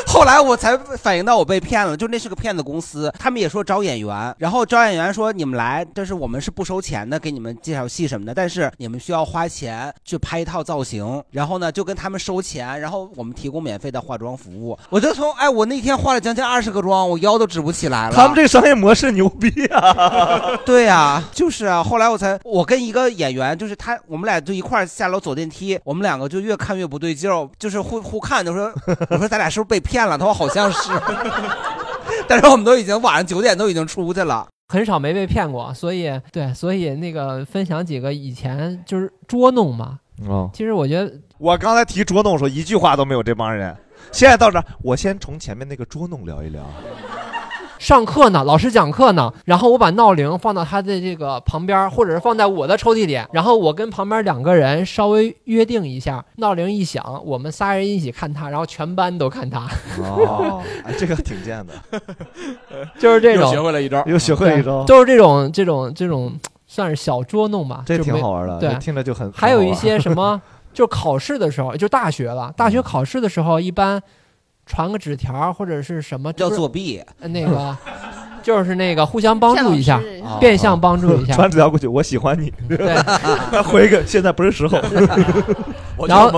后来我才反应到我被骗了，就那是个骗子公司，他们也说招演员，然后招演员说你们来，但是我们是不收钱的，给你们介绍戏什么的，但是你们需要花钱去拍一套造型，然后呢就跟他们收钱，然后我们提供免费的化妆服务。我就从哎，我那天化了将近二十个妆，哎我腰都直不起来了。他们这商业模式牛逼啊！ 对呀、就是啊。后来我才，我跟一个演员，就是他，我们俩就一块儿下楼走电梯，我们两个就越看越不对劲儿，就是互互看，就说， 我说咱俩是不是被骗了？他说好像是， 但是我们都已经晚上九点都已经出去了。很少没被骗过，所以对，所以那个分享几个以前就是捉弄嘛。 哦，其实我觉得我刚才提捉弄的时候，一句话都没有，这帮人。现在到这儿，我先从前面那个捉弄聊一聊。啊上课呢，老师讲课呢，然后我把闹铃放到他的这个旁边，或者是放在我的抽屉里，然后我跟旁边两个人稍微约定一下，闹铃一响，我们仨人一起看他，然后全班都看他。哦，哎这个挺贱的，就是这种又学会了一招又学会了一招对就是这种这种这种算是小捉弄吧，这就没挺好玩的，对，这听着就很。还有一挺些好什玩么，就考试的时候，就大学了，大学考试的时候一般传个纸条或者是什么，叫就是作弊呃那个就是那个互相帮助一下骗老师，变相帮助一下。传纸条过去，我喜欢你。对他 回一个，现在不是时 候。。然后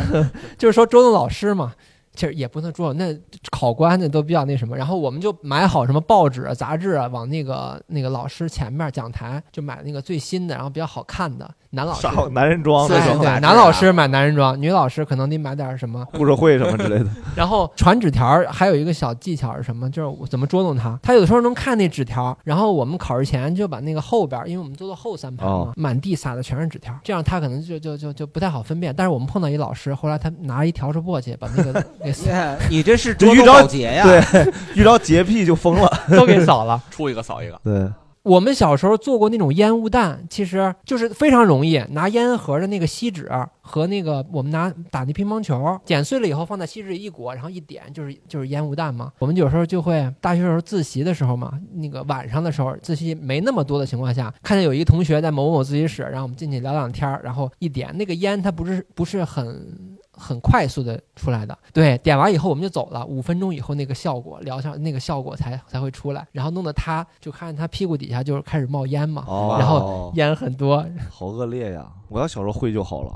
就是说捉弄老师嘛，其实也不能捉弄，那考官那都比较那什么。然后我们就买好什么报纸啊、杂志啊，往那个那个老师前面讲台就买那个最新的，然后比较好看的男老师啥男人装对那种对杂志 啊男老师买男人装，女老师可能得买点什么故事会什么之类的。然后传纸条儿还有一个小技巧是什么？就是我怎么捉弄他。他有的时候能看那纸条儿，然后我们考试前就把那个后边儿，因为我们坐到后三排嘛，哦满地撒的全是纸条儿，这样他可能就就就就不太好分辨。但是我们碰到一老师，后来他拿一笤帚簸箕把 那个给哎扫 Yeah，你这 是这遇着 对，遇着洁癖就疯了，都给扫了。出一个 扫一个。对，我们小时候做过那种烟雾弹，其实就是非常容易，拿烟盒的那个锡纸啊和那个我们拿打那乒乓球，剪碎了以后放在锡纸一裹，然后一点就是就是烟雾弹嘛。我们有时候就会大学时候自习的时候嘛，那个晚上的时候自习没那么多的情况下，看见有一个同学在某某自习室，然后我们进去聊两天儿，然后一点那个烟，它不是不是很很快速的出来的，对，点完以后我们就走了，五分钟以后那个效果，疗效那个效果才才会出来，然后弄得他就看着他屁股底下就是开始冒烟嘛，哦然后烟很多， 好恶劣呀！我要小时候会就好了。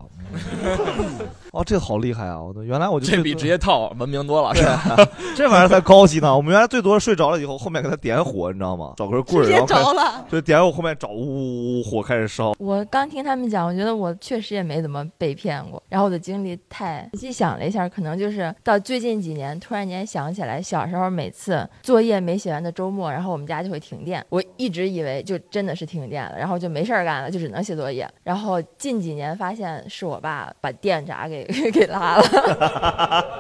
哦，这个好厉害啊！我都原来我就这最比直接套文明多了，是对吧？啊这玩意儿才高级呢。我们原来最多睡着了以后，后面给它点火，你知道吗？找根棍儿，直接然后开着了对，点火后面找，呜呜呜，火开始烧。我刚听他们讲，我觉得我确实也没怎么被骗过。然后我的经历太仔细想了一下，可能就是到最近几年，突然间想起来，小时候每次作业没写完的周末，然后我们家就会停电。我一直以为就真的是停电了，然后就没事儿干了，就只能写作业。然后近几年发现是我爸把电闸给 给拉了。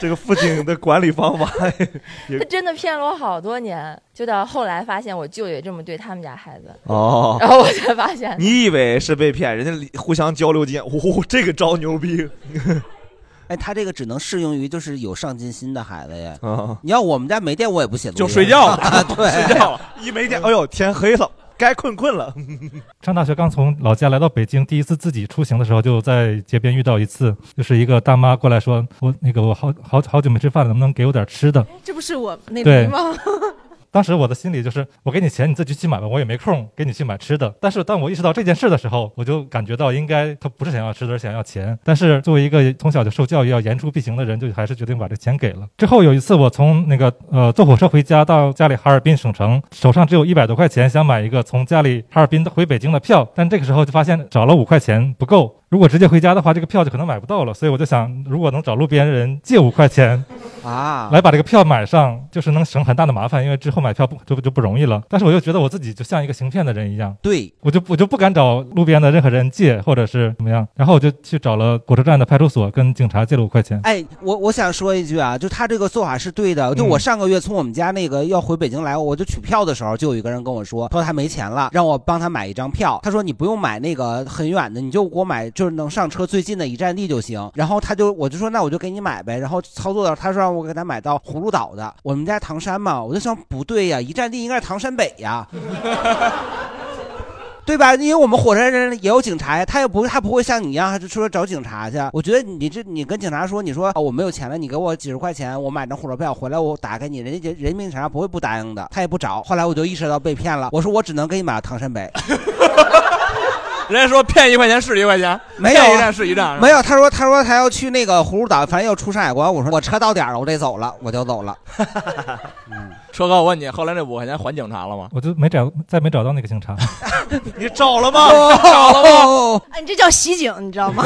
这个父亲的管理方法 也他真的骗了我好多年，就到后来发现我舅也这么对他们家孩子，哦，然后我 才发现你以为是被骗，人家里互相交流经验，哦，这个招牛逼。哎，他这个只能适用于就是有上进心的孩子呀。啊你要我们家没电，我也不写作业，就睡觉啊 对，嗯睡觉了，一没电，哎呦，天黑了，该困困了。上大学刚从老家来到北京，第一次自己出行的时候，就在街边遇到一次，就是一个大妈过来说：“我那个我好好好久没吃饭了，能不能给我点吃的这不是我那对驴吗？？” 当时我的心里就是，我给你钱，你自己去买吧，我也没空给你去买吃的。但是当我意识到这件事的时候，我就感觉到应该他不是想要啊吃的，而是想要钱。但是作为一个从小就受教育要言出必行的人，就还是决定把这钱给了。之后有一次，我从那个呃坐火车回家，到家里哈尔滨省城，手上只有一百多块钱，想买一个从家里哈尔滨回北京的票，但这个时候就发现找了五块钱不够。如果直接回家的话，这个票就可能买不到了，所以我就想，如果能找路边人借五块钱，啊，来把这个票买上，就是能省很大的麻烦，因为之后买票不就就不容易了。但是我又觉得我自己就像一个行骗的人一样，对我就我就不敢找路边的任何人借，或者是怎么样。然后我就去找了火车站的派出所，跟警察借了五块钱。哎，我我想说一句啊，就他这个做法是对的。就我上个月从我们家那个要回北京来，我就取票的时候，就有一个人跟我说，他说他没钱了，让我帮他买一张票。他说你不用买那个很远的，你就给我买就是能上车最近的一站地就行。然后他就我就说那我就给你买呗。然后操作到他说让我给他买到葫芦岛的，我们家唐山嘛，我就想不对呀，一站地应该是唐山北呀。对吧？因为我们火车站也有警察呀，他也不他不会像你一样，就说找警察去。我觉得你这你跟警察说，你说、啊我没有钱了，你给我几十块钱，我买张火车票回来，我打给你，人家人民警察不会不答应的，他也不找。后来我就意识到被骗了，我说我只能给你买唐山 北， 人家说骗一块钱是一块钱，没有啊骗一站是一站，没有。他说他说他要去那个葫芦岛，反正要出山海关。我说我车到点了，我得走了，我就走了。车哥，我问你，后来那五块钱还警察了吗？我就没找，再没找到那个警察。你找了吗？ 哦哦找了吗？哎，你这叫袭警，你知 道吗？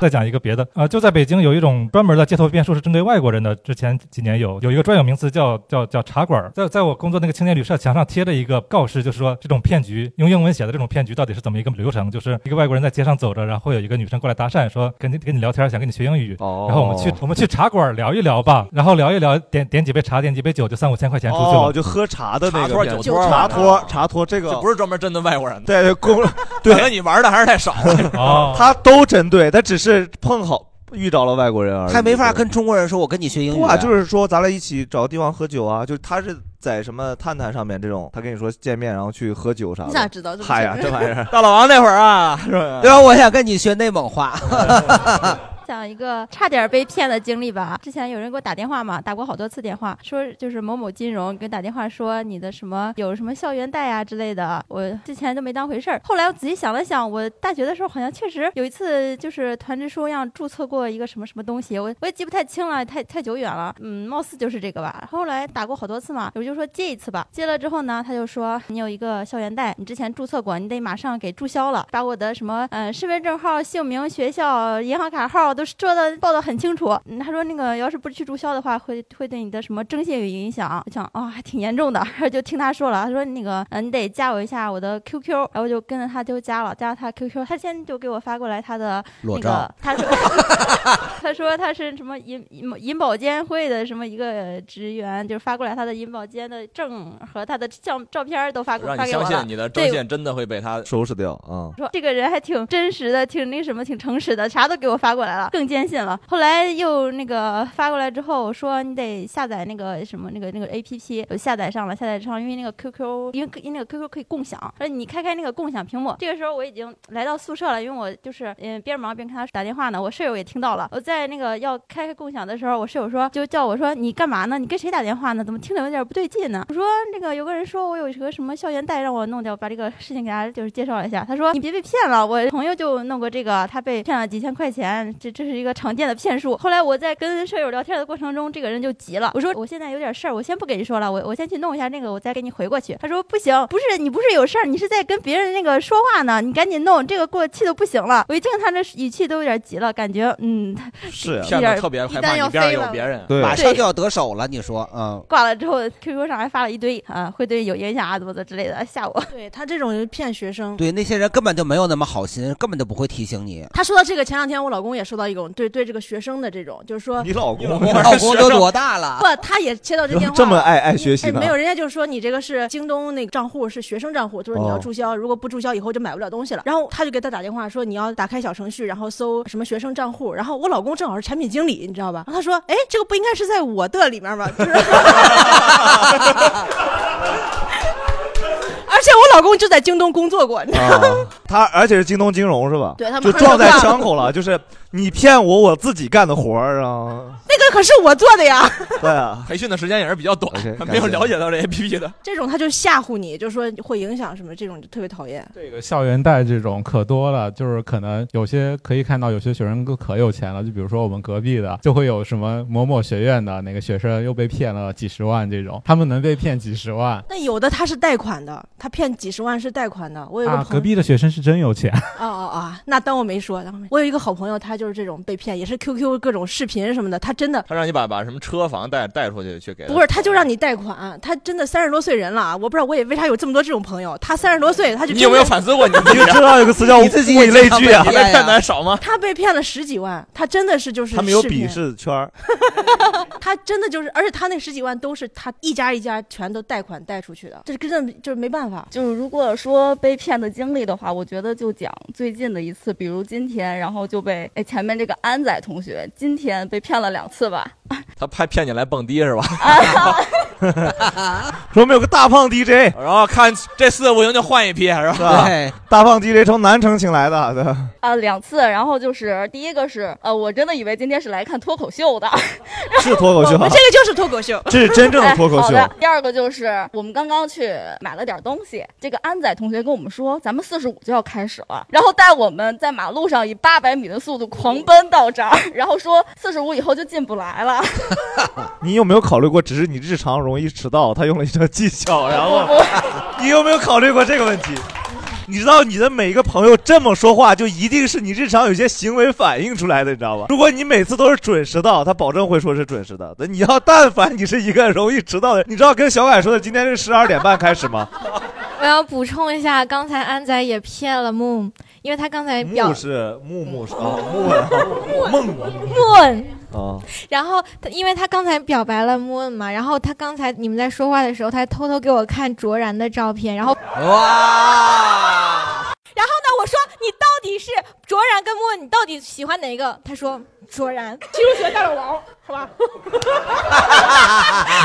再讲一个别的，啊，就在北京有一种专门的街头变术是针对外国人的，之前几年有有一个专有名词叫叫叫茶馆儿，在在我工作那个青年旅社墙上贴着一个告示，就是说这种骗局用英文写的这种骗局到底是怎么一个流程，就是一个外国人在街上走着，然后会有一个女生过来搭讪说跟你跟你聊天，想跟你学英语，然后我们去我们去茶馆儿聊一聊吧，然后聊一聊点点几杯茶，点几杯酒就三五千块钱出去了，哦，就喝茶的那茶托个酒片托茶托茶托这个这不是专门针对外国人的。对对 公对，可能你玩的还是太少了。哦他都针对，他只是碰好遇着了外国人而已。他没法跟中国人说我跟你学英语啊哇，就是说咱俩一起找个地方喝酒啊，就是他是在什么探探上面这种，他跟你说见面然后去喝酒啥的。你咋知道这么嗨呀，事这儿玩意儿 。大老 王那会儿 啊，是吧然后我想跟你学内蒙 话。 讲一个差点被骗的经历吧。之前有人给我打电话嘛，打过好多次电话，说就是某某金融给我打电话说你的什么有什么校园贷啊之类的，我之前都没当回事儿。后来我仔细想了想，我大学的时候好像确实有一次就是团支书让注册过一个什么什么东西，我我也记不太清了，太太久远了，嗯，貌似就是这个吧。后来打过好多次嘛，我就说借一次吧，借了之后呢，他就说你有一个校园贷，你之前注册过，你得马上给注销了，把我的什么呃身份证号、姓名、学校、银行卡号都是说的报的很清楚。嗯，他说那个要是不去注销的话，会会对你的什么征信有影响。我想啊、还挺严重的， 就听他说了，他说那个嗯、呃你得加我一下我的 QQ，然后我就跟着他就加了，加了他 QQ，他先就给我发过来他的那裸个照，他说 他说他是什么银银银保监会的什么一个职员，就是发过来他的银保监的证和他的照照片儿都发过让发你给我相了。信你的征对，信真的会被他收拾掉啊！嗯说这个人还挺真实的，挺那什么，挺诚实的，啥都给我发过来了。了，更坚信了。后来又那个发过来之后，说你得下载那个什么那个那个 APP，我下载上了，下载上，因为那个 QQ，因为因为那个 QQ 可以共享，而你开开那个共享屏幕。这个时候我已经来到宿舍了，因为我就是嗯边忙边跟他打电话呢，我舍友也听到了。我在那个要开开共享的时候，我室友说就叫我说你干嘛呢？你跟谁打电话呢？怎么听着有点不对劲呢？我说那个有个人说我有一个什么校园贷让我弄掉，把这个事情给大家就是介绍了一下。他说你别被骗了，我朋友就弄过这个，他被骗了几千块钱，这这是一个常见的骗术。后来我在跟舍友聊天的过程中，这个人就急了，我说我现在有点事儿，我先不跟你说了，我我先去弄一下那个，我再给你回过去。他说不行，不是你不是有事儿，你是在跟别人那个说话呢，你赶紧弄，这个给我气的不行了。我一听他这语气都有点急了，感觉嗯，是有骗点子啊特别一害旦怕，要你边上飞有了，别人，对马上就要得手了。你说，嗯，挂了之后，QQ 上还发了一堆啊，会对有影响啊，怎么怎么之类的，吓我。对他这种就是骗学生。对，那些人根本就没有那么好心，根本就不会提醒你。他说到这个，前两天我老公也收到一种对对这个学生的这种，就是说你老公，你 老公都多大了？不，他也接到这电话，这么爱爱学习哎呢没有，人家就是说你这个是京东那个账户是学生账户，就是你要哦注销，如果不注销以后就买不了东西了。然后他就给他打电话说你要打开小程序，然后搜什么学生账户。然后我老公正好是产品经理，你知道吧？然后他说，哎，这个不应该是在我的里面吗？ 就是而且我老公就在京东工作过，你知道啊吗？，他而且是京东金融是吧？对他就们很有撞在料枪口 了，就是你骗我，我自己干的活儿 啊。 那个可是我做的呀。对啊，培训的时间也是比较短， 没有了解到这 APP 的。这种他就吓唬你，就说会影响什么，这种就特别讨厌。这个校园贷这种可多了，就是可能有些可以看到，有些学生可有钱了，就比如说我们隔壁的，就会有什么某某学院的哪个学生又被骗了几十万这种，他们能被骗几十万那有的他是贷款的，他骗几十万是贷款的。我有一个啊！朋隔友，壁的学生是真有钱，啊啊啊！那当我没说，当我没我有一个好朋友，他就是这种被骗，也是 QQ 各种视频什么的，他真的他让你把把什么车房贷贷出去去给他不是，他就让你贷款，他真的三十多岁人了，我不知道我也为啥有这么多这种朋友。他三十多岁，他就你有没有反思过你自己啊？你知道有个词叫 你自己物以类聚啊你被骗的还少吗？他被骗了十几万，他真的是就是他们有视频鄙，视圈儿，他真的就是，而且他那十几万都是他一家一家全都贷款贷出去的，这是真的就是没办法。就是如果说被骗的经历的话，我觉得就讲最近的一次，比如今天，然后就被哎前面这个安仔同学今天被骗了两次吧， 他还骗你来蹦迪 是吧？说没有个大胖 DJ，然后看这四不行就换一批是是吧吧？，大胖 DJ 从南城请来的，对 吧啊、两次，然后就是第一个是呃，我真的以为今天是来看脱口秀的，是脱口秀哦啊。就是脱口秀 这是真正的脱口秀哎好的第二个就是我们刚刚去买了点东西，这个安仔同学跟我们说，咱们四十五就要开始了，然后带我们在马路上以八百米的速度狂奔到这儿，然后说四十五以后就进不来 了。你有没有考虑过，只是你日常容易迟到，他用了一种技巧，然后 你有没有考虑过这个问题？你知道你的每一个朋友这么说话，就一定是你日常有些行为反映出来的，你知道吧？如果你每次都是准时到，他保证会说是准时的。但你要但凡你是一个容易迟到的人，你知道跟小凯说的今天是十二点半开始吗？我要补充一下，刚才安仔也骗了 Moon，因为他刚才表木是木木是啊哎木啊梦 Moon，啊，然后他因为他刚才表白了 Moon 嗯嘛，然后他刚才你们在说话的时候，他还偷偷给我看卓然的照片，然后哦然后呢，我说你到底是卓然跟莫，你到底喜欢哪一个？他说卓然，技术学大老王，好吧？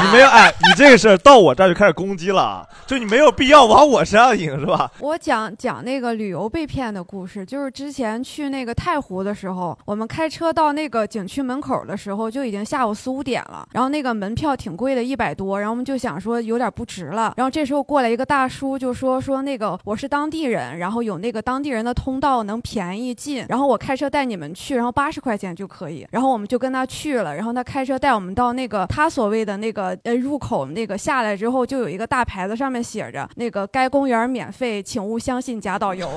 你没有哎，你这个事儿到我这儿就开始攻击了啊，就你没有必要往我身上引是吧？ 我讲讲那个旅游被骗的故事，就是之前去那个太湖的时候，我们开车到那个景区门口的时候，就已经下午四五点了。然后那个门票挺贵的，一百多，然后我们就想说有点不值了。然后这时候过来一个大叔，就说说那个我是当地人，然后有那个当地人的通道能便宜进，然后我开车带你们去，然后八十块钱就可以。然后我们就跟他去了，然后他开车带我们到那个他所谓的那个呃入口那个下来之后，就有一个大牌子上面写着那个该公园免费，请勿相信假导游。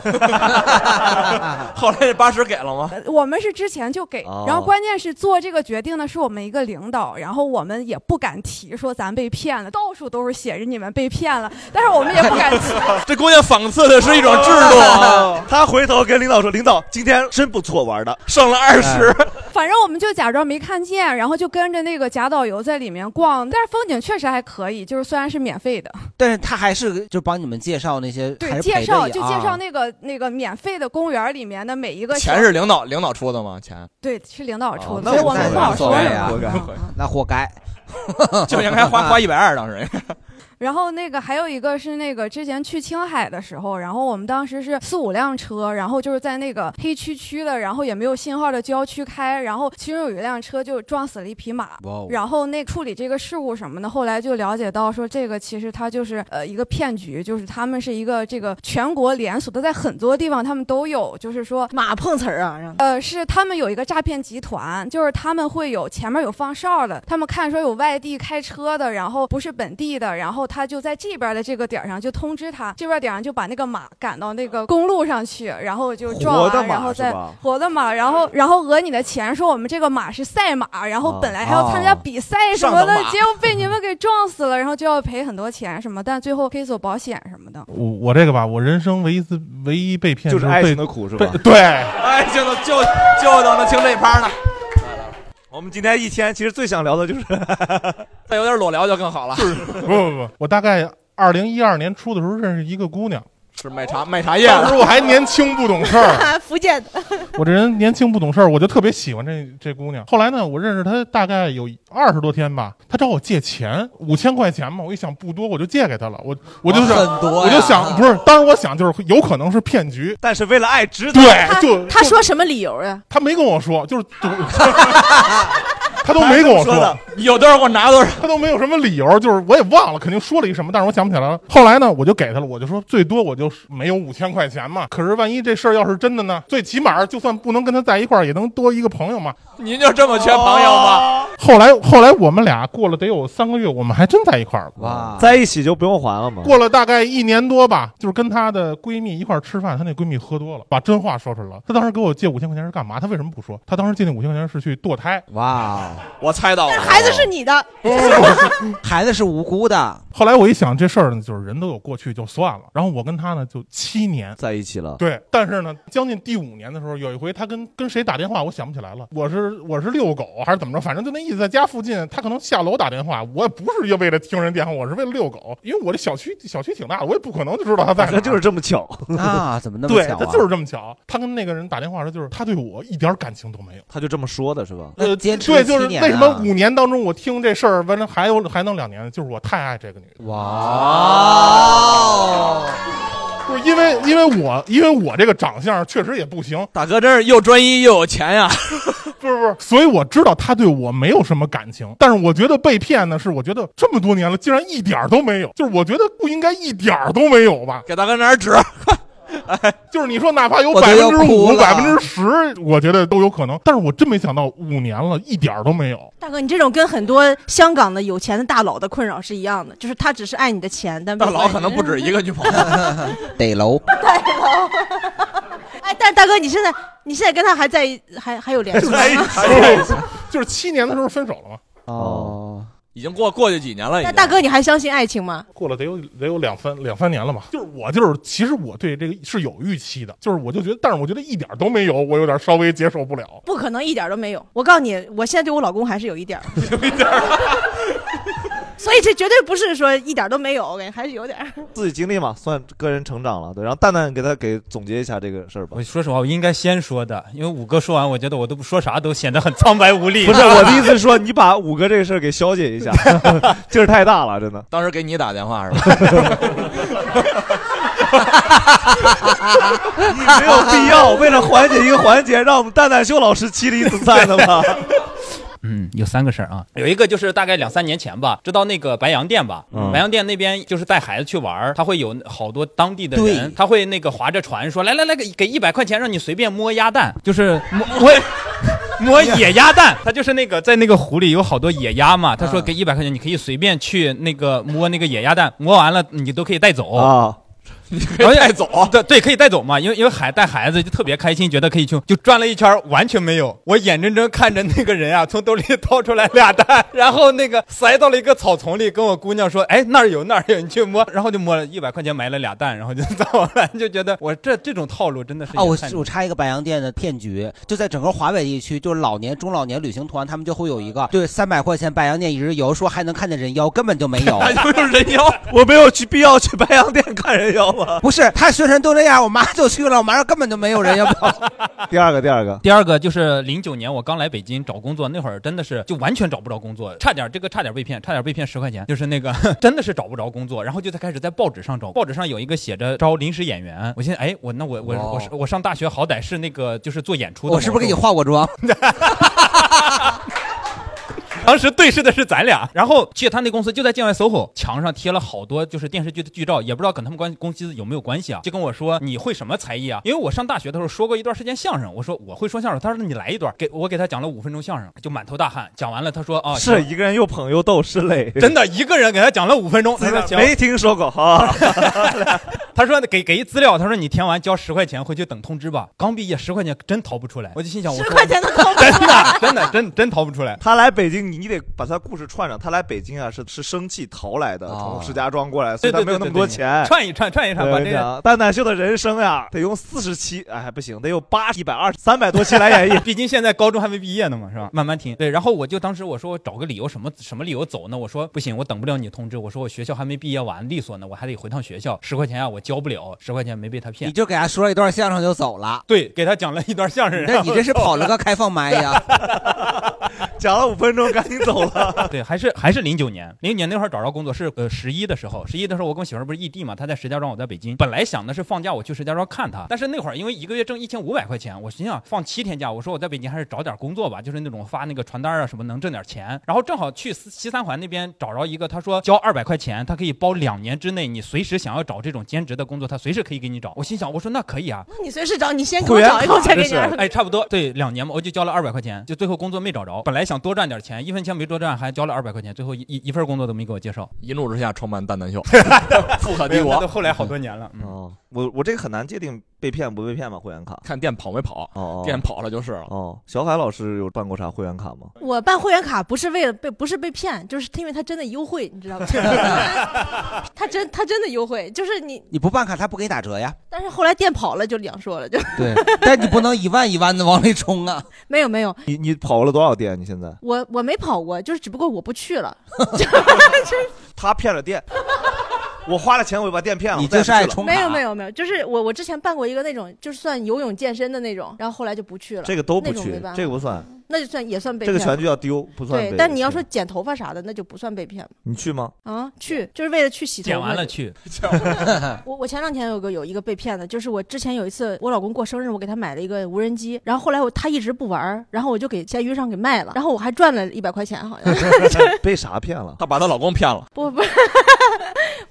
后来这八十给了吗？我们是之前就给，哦然后关键是做这个决定的是我们一个领导，然后我们也不敢提说咱被骗了，到处都是写着你们被骗了，但是我们也不敢提。这姑娘讽刺的是一种制度啊。 他回头跟领导说：“领导，今天真不错玩的， 剩了二十、反正我们就假装没看见，然后就跟着那个假导游在里面逛，但是风景确实还可以，就是虽然是免费的。但是他还是就帮你们介绍那些，还对，是介陪着绍你就啊介绍 那个那个免费的公园里面的每一个小钱是领导领导出的吗？钱对，是领导出哦的，那所以无我们所不谓好无所说谓什啊么。活该那活该， 就应该花花一百二当时。然后那个还有一个是那个之前去青海的时候，然后我们当时是四五辆车，然后就是在那个黑黢黢的，然后也没有信号的郊区开，然后其中有一辆车就撞死了一匹马哇哦，然后那处理这个事故什么的，后来就了解到说这个其实它就是呃一个骗局，就是他们是一个这个全国连锁的，在很多地方他们都有，就是说马碰瓷儿啊，让呃，是他们有一个诈骗集团，就是他们会有前面有放哨的，他们看说有外地开车的，然后不是本地的，然后他就在这边的这个点儿上就通知他，这边点儿上就把那个马赶到那个公路上去，然后就撞活的完，马然后是再吧活的马，然后然后讹你的钱，说我们这个马是赛马，然后本来还要参加哦比赛什么的，上等马结果被你们给撞死了，然后就要赔很多钱什么，但最后可以走保险什么的。我我这个吧，我人生唯一次唯一被骗就是被爱情的苦是吧被对，哎，就能就就等着听这一趴呢。我们今天一天其实最想聊的就是 再有点裸聊就更好了。不不不，我大概二零一二年初的时候认识一个姑娘， 是卖茶卖茶叶当时我还年轻不懂 事儿，福建的，我这人年轻不懂事儿，我就特别喜欢这这姑娘。后来呢，我认识她大概有二十多天吧，她找我借钱五千块钱嘛，我一想不多，我就借给她了。我我就想，哦很多呀我就想不是，当时我想就是有可能是骗局， 但是为了爱值对，他就他就说什么理由呀？她没跟我说，就是 就她都没跟我她怎么说的有多少给我拿多少，她都没有什么理由，就是我也忘了，肯定说了一什么，但是我想不起来了。后来呢，我就给她了，我就说最多我就是没有五千块钱嘛。可是万一这事儿要是真的呢？最起码就算不能跟她在一块儿，也能多一个朋友嘛。 您就这么缺朋友哦吗？后来后来我们俩过了得有三个月，我们还真在一块儿了。哇，在一起就不用还嗯了吗？过了大概一年多吧，就是跟她的闺蜜一块儿吃饭，她那闺蜜喝多了，把真话说出来了。她当时给我借五千块钱是干嘛？她为什么不说？她当时借那五千块钱是去堕胎。哇，我猜到了，哦孩子是你的，孩子是无辜的。后来我一想，这事儿呢，就是人都有过去，就算了。然后我跟她呢，就七年在一起了，对，但是呢，将近第五年的时候，有一回他跟跟谁打电话，我想不起来了。我是我是遛狗还是怎么着，反正就那意思，在家附近，他可能下楼打电话。我也不是为了听人电话，我是为了遛狗，因为我这小区小区挺大的，我也不可能就知道他在哪那 儿。就是这么巧啊怎么那么巧啊对，他就是这么巧。他跟那个人打电话的时候，就是他对我一点感情都没有。他就这么说的是吧？呃，坚持对，了就是七年为什么啊五年当中我听这事儿，完了还有还能两年，就是我太爱这个女的。哇！就是因为因为我因为我这个长相确实也不行， 大哥真是又专一又有钱啊呀！不是不是，所以我知道他对我没有什么感情，但是我觉得被骗呢，是我觉得这么多年了，竟然一点儿都没有，就是我觉得不应该一点儿都没有吧。给大哥拿点纸， 哎就是你说哪怕有我都百要分之哭五、了百分之十，我觉得都有可能，但是我真没想到五年了，一点儿都没有。大哥，你这种跟很多香港的有钱的大佬的困扰是一样的，就是他只是爱你的钱，但大佬可能不止一个女朋 友。逮楼。 大佬。 哎，但是大哥，你现在你现在跟他还在一还还有联 系吗？哎哎就是七年的时候分手了嘛。哦，已经过过去几年了，已 那经。大哥，你还相信爱情吗？过了得有得有两三两三年了吧，就是我就是其实我对这个是有预期的，就是我就觉得，但是我觉得一点儿都没有，我有点儿稍微接受不了。不可能，一点都没有。我告诉你，我现在对我老公还是有一点， 有一点。 所以这绝对不是说一点都没有，我感觉还是有点儿。 自己经历嘛，算个人成长了。对，然后蛋蛋给他给总结一下这个事儿吧。我说实话，我应该先说的，因为五哥说完，我觉得我都不说啥都显得很苍白无力。不是我的意思是说，你把五哥这个事儿给消解一 下，劲儿太大了，真的。当时给你打电话是 吧？你没有必要为了缓解一个环节，让我们蛋蛋秀老师妻离子散的吧？嗯，有三个事儿啊， 有一个就是大概两三年前吧，知道那个白洋淀吧？嗯白洋淀那边就是带孩子去玩儿，他会有好多当地的人对，他会那个划着船说来来来，给给一百块钱让你随便摸鸭蛋，就是摸 摸。哎摸野鸭蛋，他就是那个在那个湖里有好多野鸭嘛。嗯他说 给一百块钱，你可以随便去那个摸那个野鸭蛋，摸完了你都可以带走啊。哎可以带走，啊对对，可以带走嘛，因为因为孩带孩子就特别开心，觉得可以去，就转了一圈，完全没有。我眼睁睁看着那个人啊，从兜里 掏出来俩蛋，然后那个塞到了一个草丛里，跟我姑娘说：“哎，那儿有那儿有，你去摸。”然后就摸了一百块钱买了俩蛋，然后就 走了，就觉得我这这种套路真的是哦，我太我插一个白洋淀的骗局，就在整个华北地区，就是老年、中老年旅行团，他们就会有一个对三百块钱白洋淀一日游，说还能看见人妖，根本就没 有。就是人妖，哎我没有去必要去白洋淀看人妖吗？不是，他宣传都这样，我妈就去了，我妈说根本就没有人妖。第二个，第二个，第二个就是零九年我刚来北京找工作那会儿，真的是就完全找不着工作，差点这个差点被骗，差点被骗十块钱，就是那个 真的是找不着工作，然后就在开始在报纸上找，报纸上有一个写着招临时演员，我现在哎我那我我哦我是我上大学好歹是那个就是做演出的 嘛，我是不是给你化过妆？当时对视的是咱俩，然后去他那公司就在建外 SOHO 墙上贴了好多就是电视剧的剧照，也不知道跟他们关公司有没有关系啊，就跟我说你会什么才艺啊？因为我上大学的时候说过一段时间相声，我说我会说相声，他说你来一段，给我给他讲了五分钟相声，就满头大汗，讲完了他说啊，哦是行一个人又捧又逗，是累，真的一个人给他讲了五分钟，他说行没听说过哈。 他说给给一资料，他说你填完交十块钱回去等通知吧。刚毕业十块钱真掏不出来，我就心想我10块钱都都掏不出来，真的真的真真掏不出来。他来北京，你你得把他故事串上。他来北京啊，是是生气逃来的，从石家庄过来，所以他哦对对没有那对么对多对钱。串一串串一串对哎我把跟你这个讲蛋蛋秀的人生呀，得用四十期，哎，还不行，得有八一百二三 百多期来演绎。 毕竟现在高中还没毕业呢嘛，是吧？慢慢听。对，然后我就当时我说我找个理由，什么什么理由走呢？我说不行，我等不了你通知。我说我学校还没毕业完，利索呢，我还得回趟学校。十块钱啊，我交不了，十块钱没被他骗。你就给他说了一段相声就走了。对，给他讲了一段相 声。那你这是跑了个开放 麦呀？讲了五分钟，赶紧走了。对，还是还是零九年，零九年那会儿找着工作是呃十一的时候，十一的时候我跟我媳妇儿不是异地嘛，她在石家庄，我在北京。本来想的是放假我去石家庄看她，但是那会儿因为一个月挣一千五百块钱，我心想放七天假，我说我在北京还是找点工作吧，就是那种发那个传单啊什么能挣点钱。然后正好去西西三环那边找着一个，他说交二百块钱，他可以包两年之内你随时想要找这种兼职的工作，他随时可以给你找。我心想我说那可以啊，你随时找，你先给我找一个，我 再给你啊二百。哎，差不多，对，两年嘛，我就交了二百块钱，就最后工作没找着，本来想多赚点钱，一分钱没多赚，还交了二百块钱，最后一一一份工作都没给我介绍。一怒之下创办蛋蛋 秀，富可敌没有那国。都后来好多年了，嗯哦，我我这个很难界定被骗不被骗吧，会员卡看店跑没跑，哦，店跑了就是了。哦，小海老师有办过啥会员卡吗？我办会员卡不是为了被，不是被骗，就是因为它真的优惠，你知 道吗？ 它真它真的优惠，就是你，你不办卡，他不给你打折呀。但是后来店跑了就两说了，就 对， 但你不能一万一万的往里冲 啊。没有没有，你你跑了多少店？你现在我我没跑过，就是只不过我不去了。他骗了店，我花了钱我就把店骗了，你就是我再爱也不去了没有没有没有，就是我我之前办过一个那种，就是算游泳健身的那种，然后后来就不去了。这个都不那种没去办，法这个不算，那就算也算被这骗个吧。全就要丢，不算被对，但你要说剪头发啥的，那就不算被骗你去吗？啊，去就是为了去洗头发。剪完了去，我我前两天有个有一个被骗的，就是我之前有一次我老公过生日，我给他买了一个无人机，然后后来我他一直不玩儿，然后我就给闲鱼上给卖了，然后我还赚了一百块钱， 好 像 被啥骗了？她把她老公骗了，不不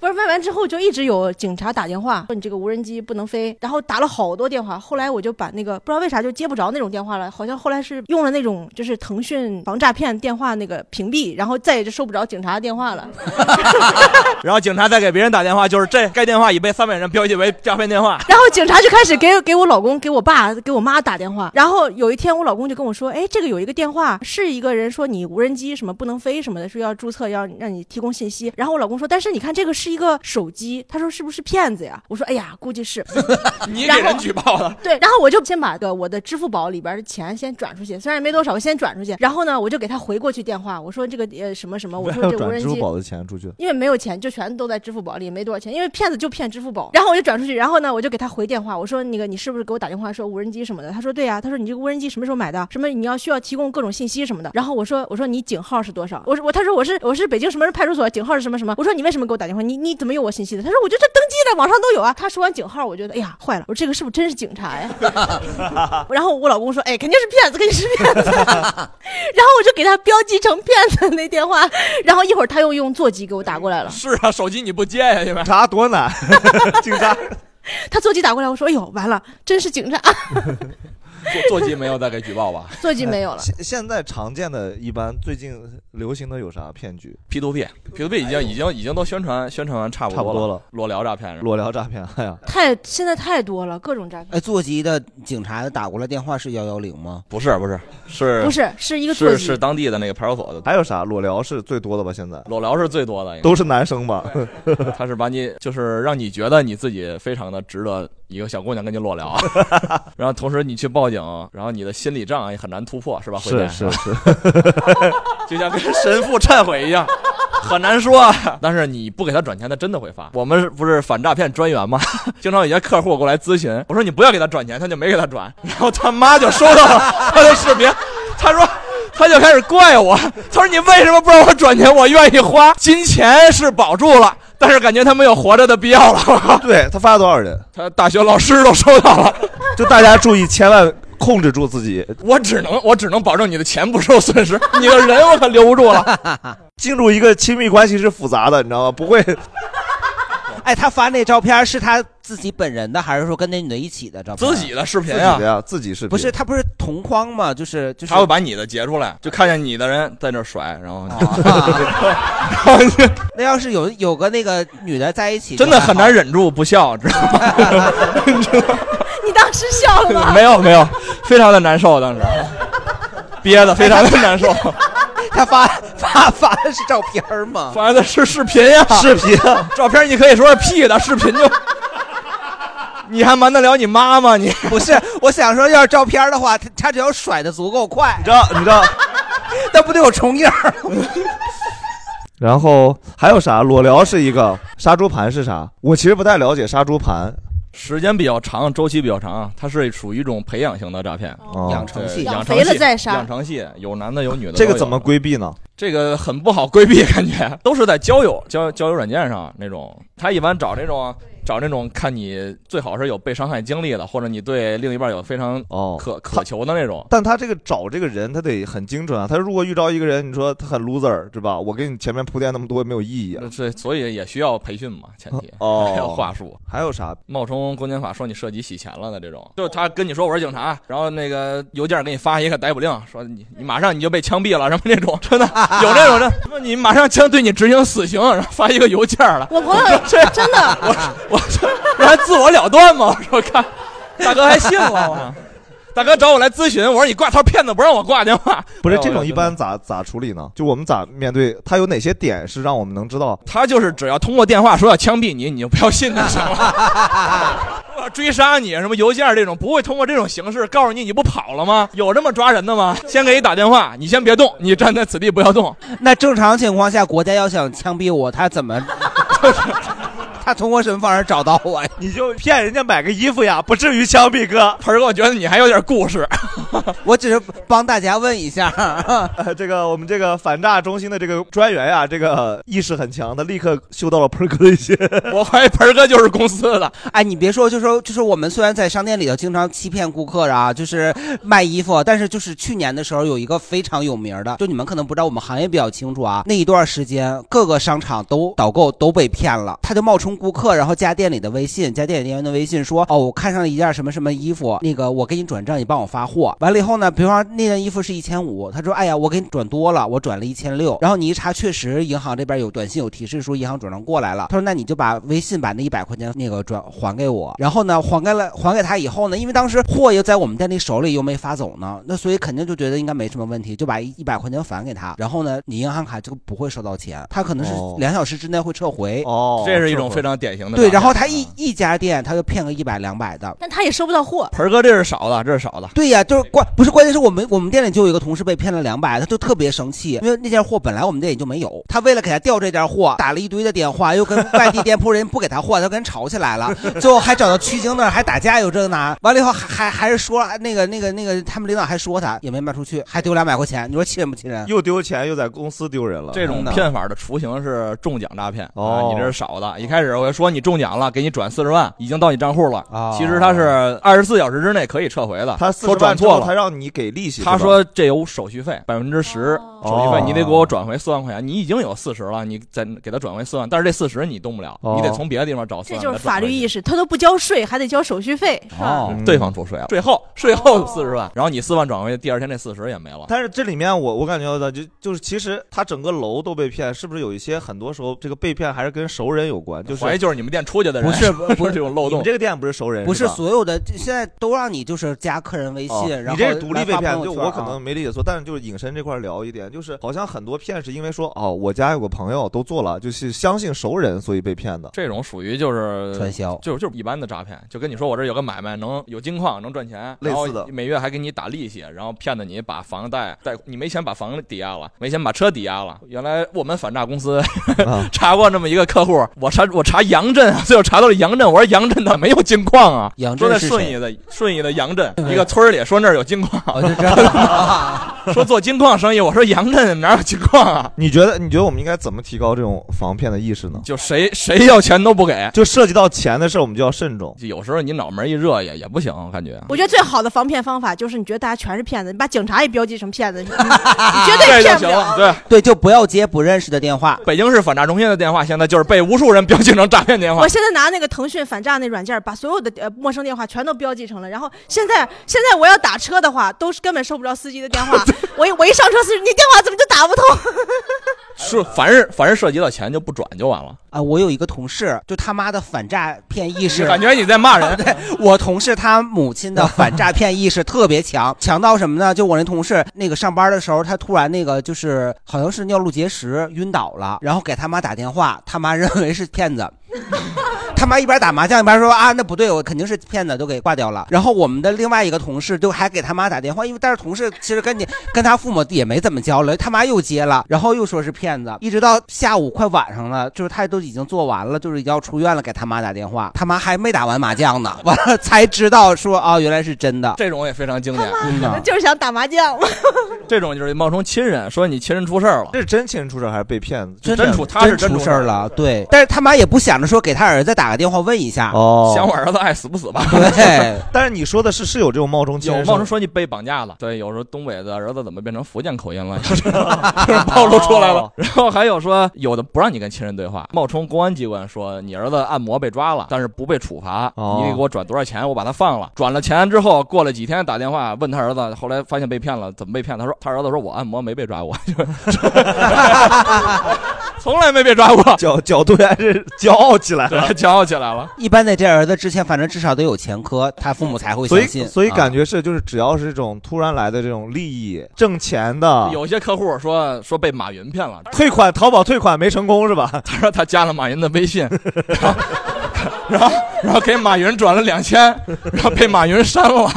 不是卖完之后就一直有警察打电话说你这个无人机不能飞，然后打了好多电话，后来我就把那个不知道为啥就接不着那种电话了，好像后来是用了那种就是腾讯防诈骗电话那个屏蔽，然后再也就收不着警察的电话了。然后警察再给别人打电话，就是这该电话已被三百人标记为诈骗电话。 然后警察就开始给给我老公、给我爸、给我妈打电话。然后有一天，我老公就跟我说：“哎，这个有一个电话，是一个人说你无人机什么不能飞什么的，说要注册，要让你提供信息。”然后我老公说：“但是你看这个是一个手机，他说是不是骗子呀？”我说：“哎呀，估计是。 你然给后人举报了，对，然后我就先把个我的支付宝里边的钱先转出去，虽然没多少，我先转出去。然后呢，我就给他回过去电话，我说这个呃什么什么，我不说要这无转人支付机宝的钱出去。因为没有钱，就全都在支付宝里，没多少钱。因为骗子就骗支付宝，然后我就转出去，然后呢，我就给他回电话，我说那个你是不是给我打电话说无人机什么的？他说对呀、他说你这个无人机什么时候买的？什么你要需要提供各种信息什么的？然后我说我说你警号是多少？我说我他说我是我是北京什么什么派出所，警号是什么什么？我说你为什么给我打电话？你你怎么有我信息的？他说我就这登记了，网上都有啊。他说完警号，我觉得哎呀坏了，我说这个是不是真是警察呀？然后我老公说哎肯定是骗子，肯定是骗子。然后我就给他标记成骗子那电话，然后一会儿他又用座机给我打过来了。是啊，手机你不接呀，因为查多难，他座机打过来，我说：“哎呦，完了，真是警察！”坐坐骑没有再给举报吧？坐骑没有了哎 现现在常见的一般最近流行的有啥骗局？ P to P，P to P 已经已经已经都宣传宣传完差不差不多了了，裸聊诈骗，裸聊诈骗，哎呀， 太现在太多了，各种诈骗。哎，座机的警察打过来电话是幺幺零吗？不是不是是不是是一个座是机是当地的那个派出所的，还有啥啊裸聊是最多的吧？现在裸聊是最多的，应该都是男生吧？ 他是把你，就是让你觉得你自己非常的值得一个小姑娘跟你 裸聊，然后同时你去报警，然后你的心理障碍也很难突破，是吧？是慧姐是是， 就像跟神父忏悔一样，很难说。啊但是你不给他转钱，他真的会发。我们不是反诈骗专员吗？ 经常有些客户过来咨询，我说你不要给他转钱，他就没给他转，然后他妈就收到了他的视频，他说。他就开始怪我，他说：“你为什么不让我转钱？我愿意花，金钱是保住了，但是感觉他没有活着的必要了。” 对 他发了多少 人？他大学老师都收到了， 就大家注意，千万控制住自己。 我只能我只能保证你的钱不受损失，你的人我可留不住了。 进入一个亲密关系是复杂的，你知道吗？不会， 哎，他发那照片是他自己本人的，还是说跟那女的一起的照片？自己的视频啊啊，自己视频不是他不是同框吗？就是就是他会把你的截出来，就看见你的人在那儿甩，然后啊 哦那要是有有个那个女的在一起，真的很难忍住不笑，知道吗？ 你当时笑了吗？没有没有，非常的难受，当时憋的非常的难受。 他发发发的是照片儿吗？发的是视频呀、视频 照片你可以说是 P 的，视频 就。你还瞒得了你妈吗？你不是，我想说，要是照片儿的话，他他只要甩的足够快，你知道，你知道， 那不得有重影儿？ 然后还有啥？裸聊是一个，杀猪盘是啥？我其实不太了解杀猪盘。时间比较 长，周期比较长，它是属于一种培养型的诈骗，哦养成对系养养成肥系了再杀养成系有男的有女的，这个怎么？规避呢？这个很不好规避，感觉都是在交友交交友软件上那种，他一般找这种啊找那种看你最好是有被伤害经历的，或者你对另一半有非常哦渴渴求的那种。但他这个找这个人，他得很精准啊。他如果遇到一个人，你说他很 loser 是吧？我给你前面铺垫那么多也没有意义啊。这所以也需要培训嘛，前提哦还有话术，还有啥？冒充公检法说你涉及洗钱了的这种，就是他跟你说我是警察，然后那个邮件给你发一个逮捕令，说你你马上你就被枪毙了什么这种，真的有这种人，说你马上将对你执行死刑，然后发一个邮件了。我朋友真的，然后自我了断嘛，我说看，大哥还信 了我。大哥找我来咨询，我说你挂套骗子不让我挂电话，不是哎这我种一般咋咋处理呢？就我们咋面对他有哪些点是让我们能知道？他就是只要通过电话说要枪毙你，你就不要信他 行了。我要追杀你，什么邮件这种，不会通过这种形式告诉你你不跑了吗？有这么抓人 的吗？先给你打电话，你先别动，你站在此地不要动。 那正常情况下，国家要想枪毙我，他怎 么？他通过什么方式找到 我呀？你就骗人家买个衣服呀，不至于枪毙哥。盆儿哥，我觉得你还有点故 事。我只是帮大家问一下。呃， 这个我们这个反诈中心的这个专员呀、这个意识很强，他立刻嗅到了盆儿哥的一些。我怀疑盆哥就是公司的。哎，你别说，就说就是我们虽然在商店里头经常欺骗顾客啊，就是卖衣服，但是就是去年的时候有一个非常有名的，就你们可能不知道，我们行业比较清楚啊。那一段时间，各个商场都导购都被骗了，他就冒充顾客，然后加店里的微信，加店里店员的微信说，哦，我看上了一件什么什么衣服，那个我给你转账，你帮我发货。完了以后呢，比方说那件衣服是一千五，他说，哎呀，我给你转多了，我转了一千六。然后你一查，确实银啊行这边有短信有提示说银行转账过来了，他说那你就把微信把那一百块钱那个转还给我。然后呢，还给了还给他以后呢，因为当时货又在我们店里手里又没发走呢，那所以肯定就觉得应该没什么问题，就把一百块钱返给他。然后呢，你银行卡就不会收到钱，他可能是哦两小时之内会撤回。哦这是一种非常典型的诈啊对，骗然后他一一家店他就骗个一百两百的，但他也收不到货。盆哥这是少的，这是少的。对呀、就是关不是关键是我们我们店里就有一个同事被骗了两百，他就特别生气，因为那件货本来我们店里就没有，他为了给他调这件货，打了一堆的电话，又跟外地店铺人不给他货，他跟人吵起来了，最后还找到区经那儿还打架，有这个那，完了以后还还还是说那个那个那个他们领导还说他也没卖出去，还丢两百块钱，你说气人不气人？啊又丢钱，又在公司丢人了。啊这种骗法的雏形是中奖诈骗。哦你这是少的。一开始时候说你中奖了，给你转四十万，已经到你账户了。其实他是二十四小时之内可以撤回的。啊他说转错了，他让你给利息。他说这有手续费百分之十，哦手续费你得给我转回四万块钱。你已经有四十了，你再给他转回四万，但是这四十你动不了，哦你得从别的地方找四这万。就是法律意识，他都不交税，还得交手续费，是吧？哦，对方多税啊，税后税后四十万，然后你四万转回去，第二天这四十也没了。但是这里面我我感觉到就就是其实他整个楼都被骗，是不是有一些很多时候这个被骗还是跟熟人有关？就是怀疑就是你们店出去的人不 是不是这种漏洞你们这个店不是熟人，不是吧所有的，这现在都让你就是加客人微信，哦然后你这是独立被来发骗，朋就友圈我可啊能没理解错，但是就是隐身这块儿聊一点，就是好像很多骗是因为说哦，我家有个朋友都做了，就是相信熟人所以被骗的。这种属于就是传销就是就是一般的诈骗，就跟你说我这儿有个买卖能有金矿能赚钱，类似然后每月还给你打利息，然后骗的你把房贷贷，你没钱把房抵押了，没钱把车抵押了。原来我们反诈公司 啊查过这么一个客户，我查我查杨震啊，最后查到了杨震，我说杨震他没有金矿啊，杨说在震是谁嗯顺义的顺义的杨震 一个村儿里说那儿有金矿，哦我就知道， 说做金矿生意，我说杨震哪有金矿啊？你觉得你觉得我们应该怎么提高这种防骗的意识呢？就谁谁要钱都不给，就涉及到钱的事儿，我们就要慎重。有时候你脑门一热也也不行，我感觉。我觉得最好的防骗方法就是，你觉得大家全是骗子，你把警察也标记成骗子，你你绝对骗不了。对对，就不要接不认识的电话。北京市反诈中心的电话现在就是被无数人标记成诈骗电话。我现在拿那个腾讯反诈那软件，把所有的呃陌生电话全都标记成了。然后现在现在我要打车的话，都是根本收不着司机的电 话。我一我一上车，司机你电话怎么就打不通？ 是凡是凡是涉及到钱就不转就完了。啊，我有一个同事，就他妈的反诈骗意 识，感觉你在骂人。 对我同事他母亲的 反诈骗意识特别强，强到什么呢？就我那同事那个上班的时候，他突然那个就是好像是尿路结石晕倒了，然后给他妈打电话，他妈认为是骗子。他妈一边打麻将一边说啊，那不对，我肯定是骗子，都给挂掉了。然后我们的另外一个同事就还给他妈打电话，因为但是同事其实跟你跟他父母也没怎么交流，他妈又接了，然后又说是骗子，一直到下午快晚上了，就是他都已经做完了，就是要出院了，给他妈打电话，他妈还没打完麻将呢，完了才知道说啊、原来是真的。这种也非常经典，嗯呐就是想打麻 将。这种就是冒充亲人，说你亲人出事儿了，这是真亲人出事儿还是被骗子？真出他是真出出事儿。了，对，但是他妈也不想着说给他儿子打个电话问一下，哦想我儿子爱死不死吧？对，但是你说的是是有这种冒充亲哎 有人冒上充说你被绑架了，对，有时候东北的儿子怎么变成福建口音了， 就是暴露出来了。然后还有说有的不让你跟亲人对话，冒充公安机关说你儿子按摩被抓了，但是不被处罚，哦你得给我转多少钱，我把他放了。转了钱之后，过了几天打电话问他儿子，后来发现被骗了，怎么被骗？他说他儿子说我按摩没被抓过， 就是从来没被抓 过， 角角度还是骄傲起来对 了，骄傲起来了。一般在这儿子之前，反正至少得有前科，他父母才会所以相信。所以啊感觉是就是只要是这种突然来的这种利益、挣钱的， 有些客户说说被马云骗了， 退款淘宝退款没成功是吧？他说他加了马云的微信，然后然后然后给马云转了两千，然后被马云删 了。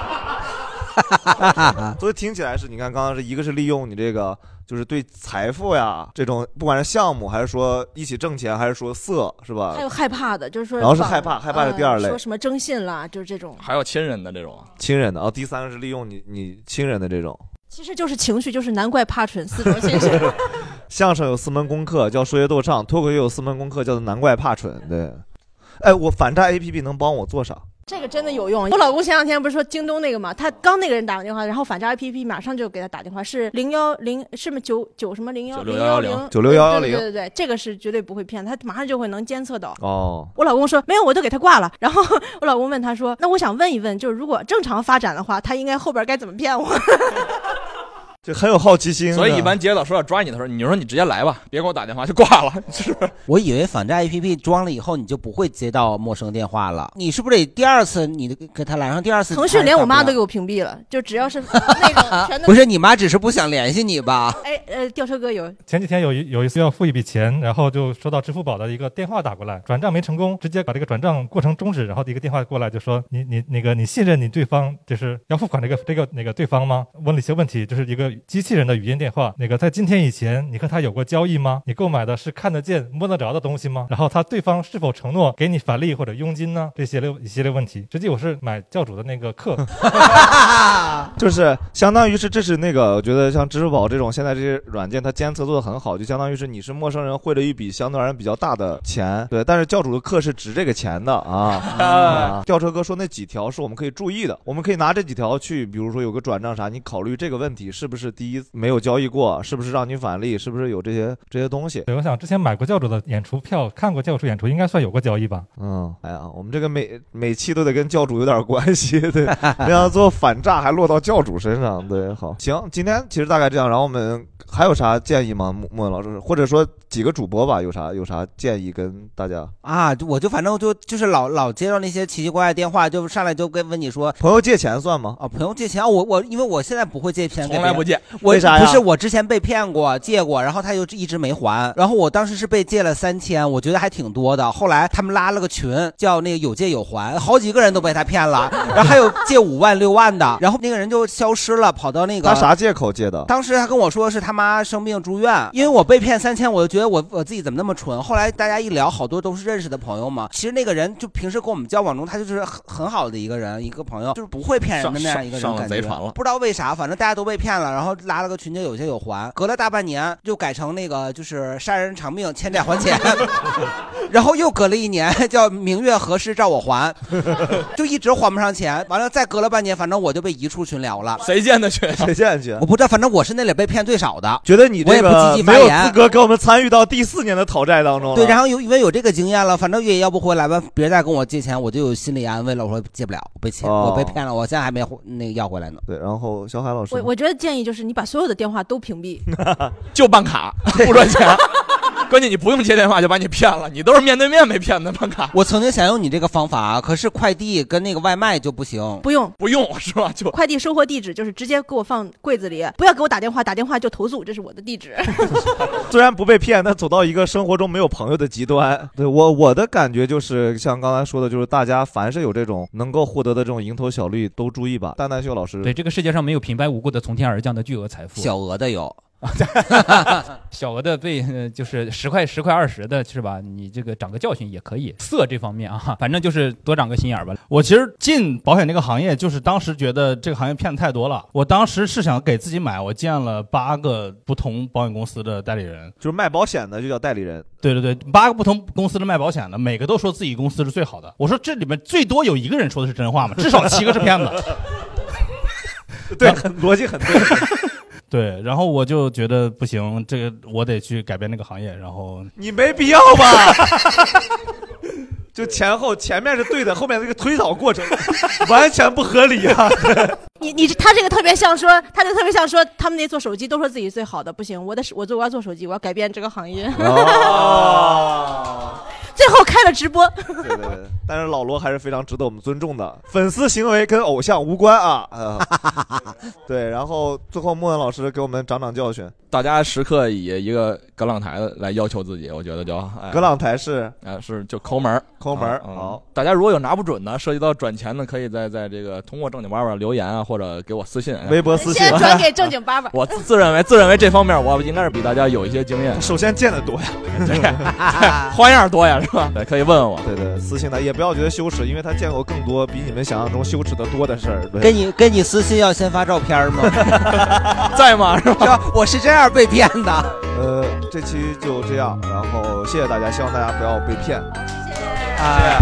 所以听起来是，你看刚刚是一个是利用你这个，就是对财富呀这种，不管是项目还是说一起挣钱，还是说色，是吧？还有哎害怕的，就是说然后是绑害怕害怕是第二类呃说什么征信啦，就是这种，还有亲人的这种，啊亲人的哦，第三个是利用你你亲人的这种。其实就是情绪，就是难怪怕蠢四种 先生。相声有四门功课叫说学逗唱，脱口秀有四门功课叫做难怪怕蠢。对，哎，我反诈 A P P 能帮我做啥？这个真的有用。我老公前两天不是说京东那个嘛，他刚那个人打完电话，然后反诈 APP 马上就给他打电话，是零幺零是吗？九九什么零幺96110 96110对96110对对对，这个是绝对不会骗，他马上就会能监测到。哦，我老公说没有，我都给他挂了。然后 我老公问他说：“那我想问一问，就是如果正常发展的话，他应该后边该怎么骗我？”就很有好奇心。所以一般接到说要抓你的时候，你就说你直接来吧，别给我打电话，就挂了。就是 我以为反诈 APP 装了以后，你就不会接到陌生电话了。你是不是得第二次你给他来上第二 次？腾讯连我妈都给我屏蔽了，就只要是那种全都不是你妈只是不想联系你吧？哎呃，吊车哥有前几天有一有一次要付一笔钱，然后就收到支付宝的一个电话打过来，转账没成功，直接把这个转账过程终止，然后一个电话过来就说你你那个你信任你对方就是要付款这个这个那个对方吗？问了一些问题，就是一个机器人的语音电话，那个在今天以前，你和他有过交易吗？你购买的是看得见、摸得着的东西吗？然后他对方是否承诺给你返利或者佣金呢？这些类一系列问题。实际我是买教主的那个课，就是相当于是这是那个，我觉得像支付宝这种现在这些软件，它监测做的很好，就相当于是你是陌生人汇了一笔相对而言比较大的钱，对，但是教主的课是值这个钱的啊。啊吊车哥说那几条是我们可以注意的，我们可以拿这几条去，比如说有个转账啥，你考虑这个问题是不是第一没有交易过，是不是让你返利，是不是有这些这些东西。对，我想之前买过教主的演出票，看过教主演出，应该算有过交易吧？嗯，哎呀，我们这个每每期都得跟教主有点关系， 对，没想到最后反诈还落到教主身上，对，好，行，今天其实大概这样，然后我们还有啥建议吗？莫莫文老师，或者说几个主播吧，有啥有啥建议跟大家？啊，就我就反正就就是老老接到那些奇奇怪怪的电话，就上来就跟问你说朋友借钱算吗？啊，朋友借钱，我我因为我现在不会借钱给别人，从来不借我为啥呀不是我之前被骗过，借过，然后他就一直没还，然后我当时是被借了三千，我觉得还挺多的，后来他们拉了个群叫那个有借有还，好几个人都被他骗了，然后还有借五万六万的，然后那个人就消失了，跑到那个他啥借口借的？当时他跟我说是他妈生病住院，因为我被骗三千，我就觉得我我自己怎么那么蠢。后来大家一聊，好多都是认识的朋友嘛。其实那个人就平时跟我们交往中，他就是很很好的一个人，一个朋友，就是不会骗人的那样一个人。上上感觉上了贼船了不知道为啥，反正大家都被骗了，然后拉了个群就有借有还，隔了大半年又改成那个就是杀人偿命，欠债还钱， 然后又隔了一年叫明月何时照我还，就一直还不上钱。完了再隔了半年，反正我就被移出群聊了。谁建的群？ 谁建的群？我不知道，反正我是那里被骗最少的。觉得你我这也不积个极发没有言资格跟我们参与到第四年的讨债当中了。对，然后有因为有这个经验了，反正也要不回来吧，别人再跟我借钱，我就有心理安慰了。我说借不了，我被欠，哦我被骗了，我现在还没回那个要回来呢。对，然后小海老我我觉得建议就是你把所有的电话都屏蔽， 就办卡不赚钱，关键你不用接电话就把你骗了，你都是面对面没骗的办卡。我曾经想用你这个方法，可是快递跟那个外卖就不行。不用不用 是吧？就快递收货地址就是直接给我放柜子里，不要给我打电话，打电话就投诉，这是我的地址。 虽然不被骗，但走到一个生活中没有朋友的极端。 对我我的感觉就是，像刚才说的，就是大家凡是有这种能够获得的这种蝇头小利，都注意吧。蛋蛋秀老师，对，这个世界上没有平白无故的从天而降的巨额财富，小额的有， 小额的被呃就是十块、十块、二十的是吧？你这个长个教训也可以。色这方面啊，反正就是多长个心眼儿吧。我其实进保险这个行业，就是当时觉得这个行业骗的太多了。我当时是想给自己买，我见了八个不同保险公司的代理人，就是卖保险的就叫代理人。对对对，八个不同公司的卖保险的，每个都说自己公司是最好的。我说这里面最多有一个人说的是 真话嘛，至少七个是骗子。对，很 逻辑很对。对，然后我就觉得不行，这个我得去改变这个行业。然后你没必要吧？ 就前后前面是对的，后面这个推导过程完全不合理 啊！你你他这个特别像说，他这个特别像说，他们那做手机都说自己最好的，不行，我的手我做我要做手机，我要改变这个行业。哦 哦最后开了直播， 对对对，但是老罗还是非常值得我们尊重的，粉丝行为跟偶像无关 啊。嗯呃、 对，然后最后莫文老师给我们长长教训。大家时刻以一个葛朗台的来要求自己，我觉得就哎葛朗台是啊是就抠门儿抠门儿啊嗯好大家如果有拿不准的，涉及到转钱的，可以在在这个通过正经爸爸留言啊，或者给我私信，哎微博私信哎正经八百我 自自认为自认为这方面我应该是比大家有一些经验，首先见得多呀，花样多呀，是吧？对，可以问问我。对对，私信他也不要觉得羞耻，因为他见过更多比你们想象中羞耻的多的事儿。对跟你跟你私信要先发照片 吗？在吗？是吧？我是这样被骗的。呃，这期就这样，然后谢谢大家，希望大家不要被骗。哎啊。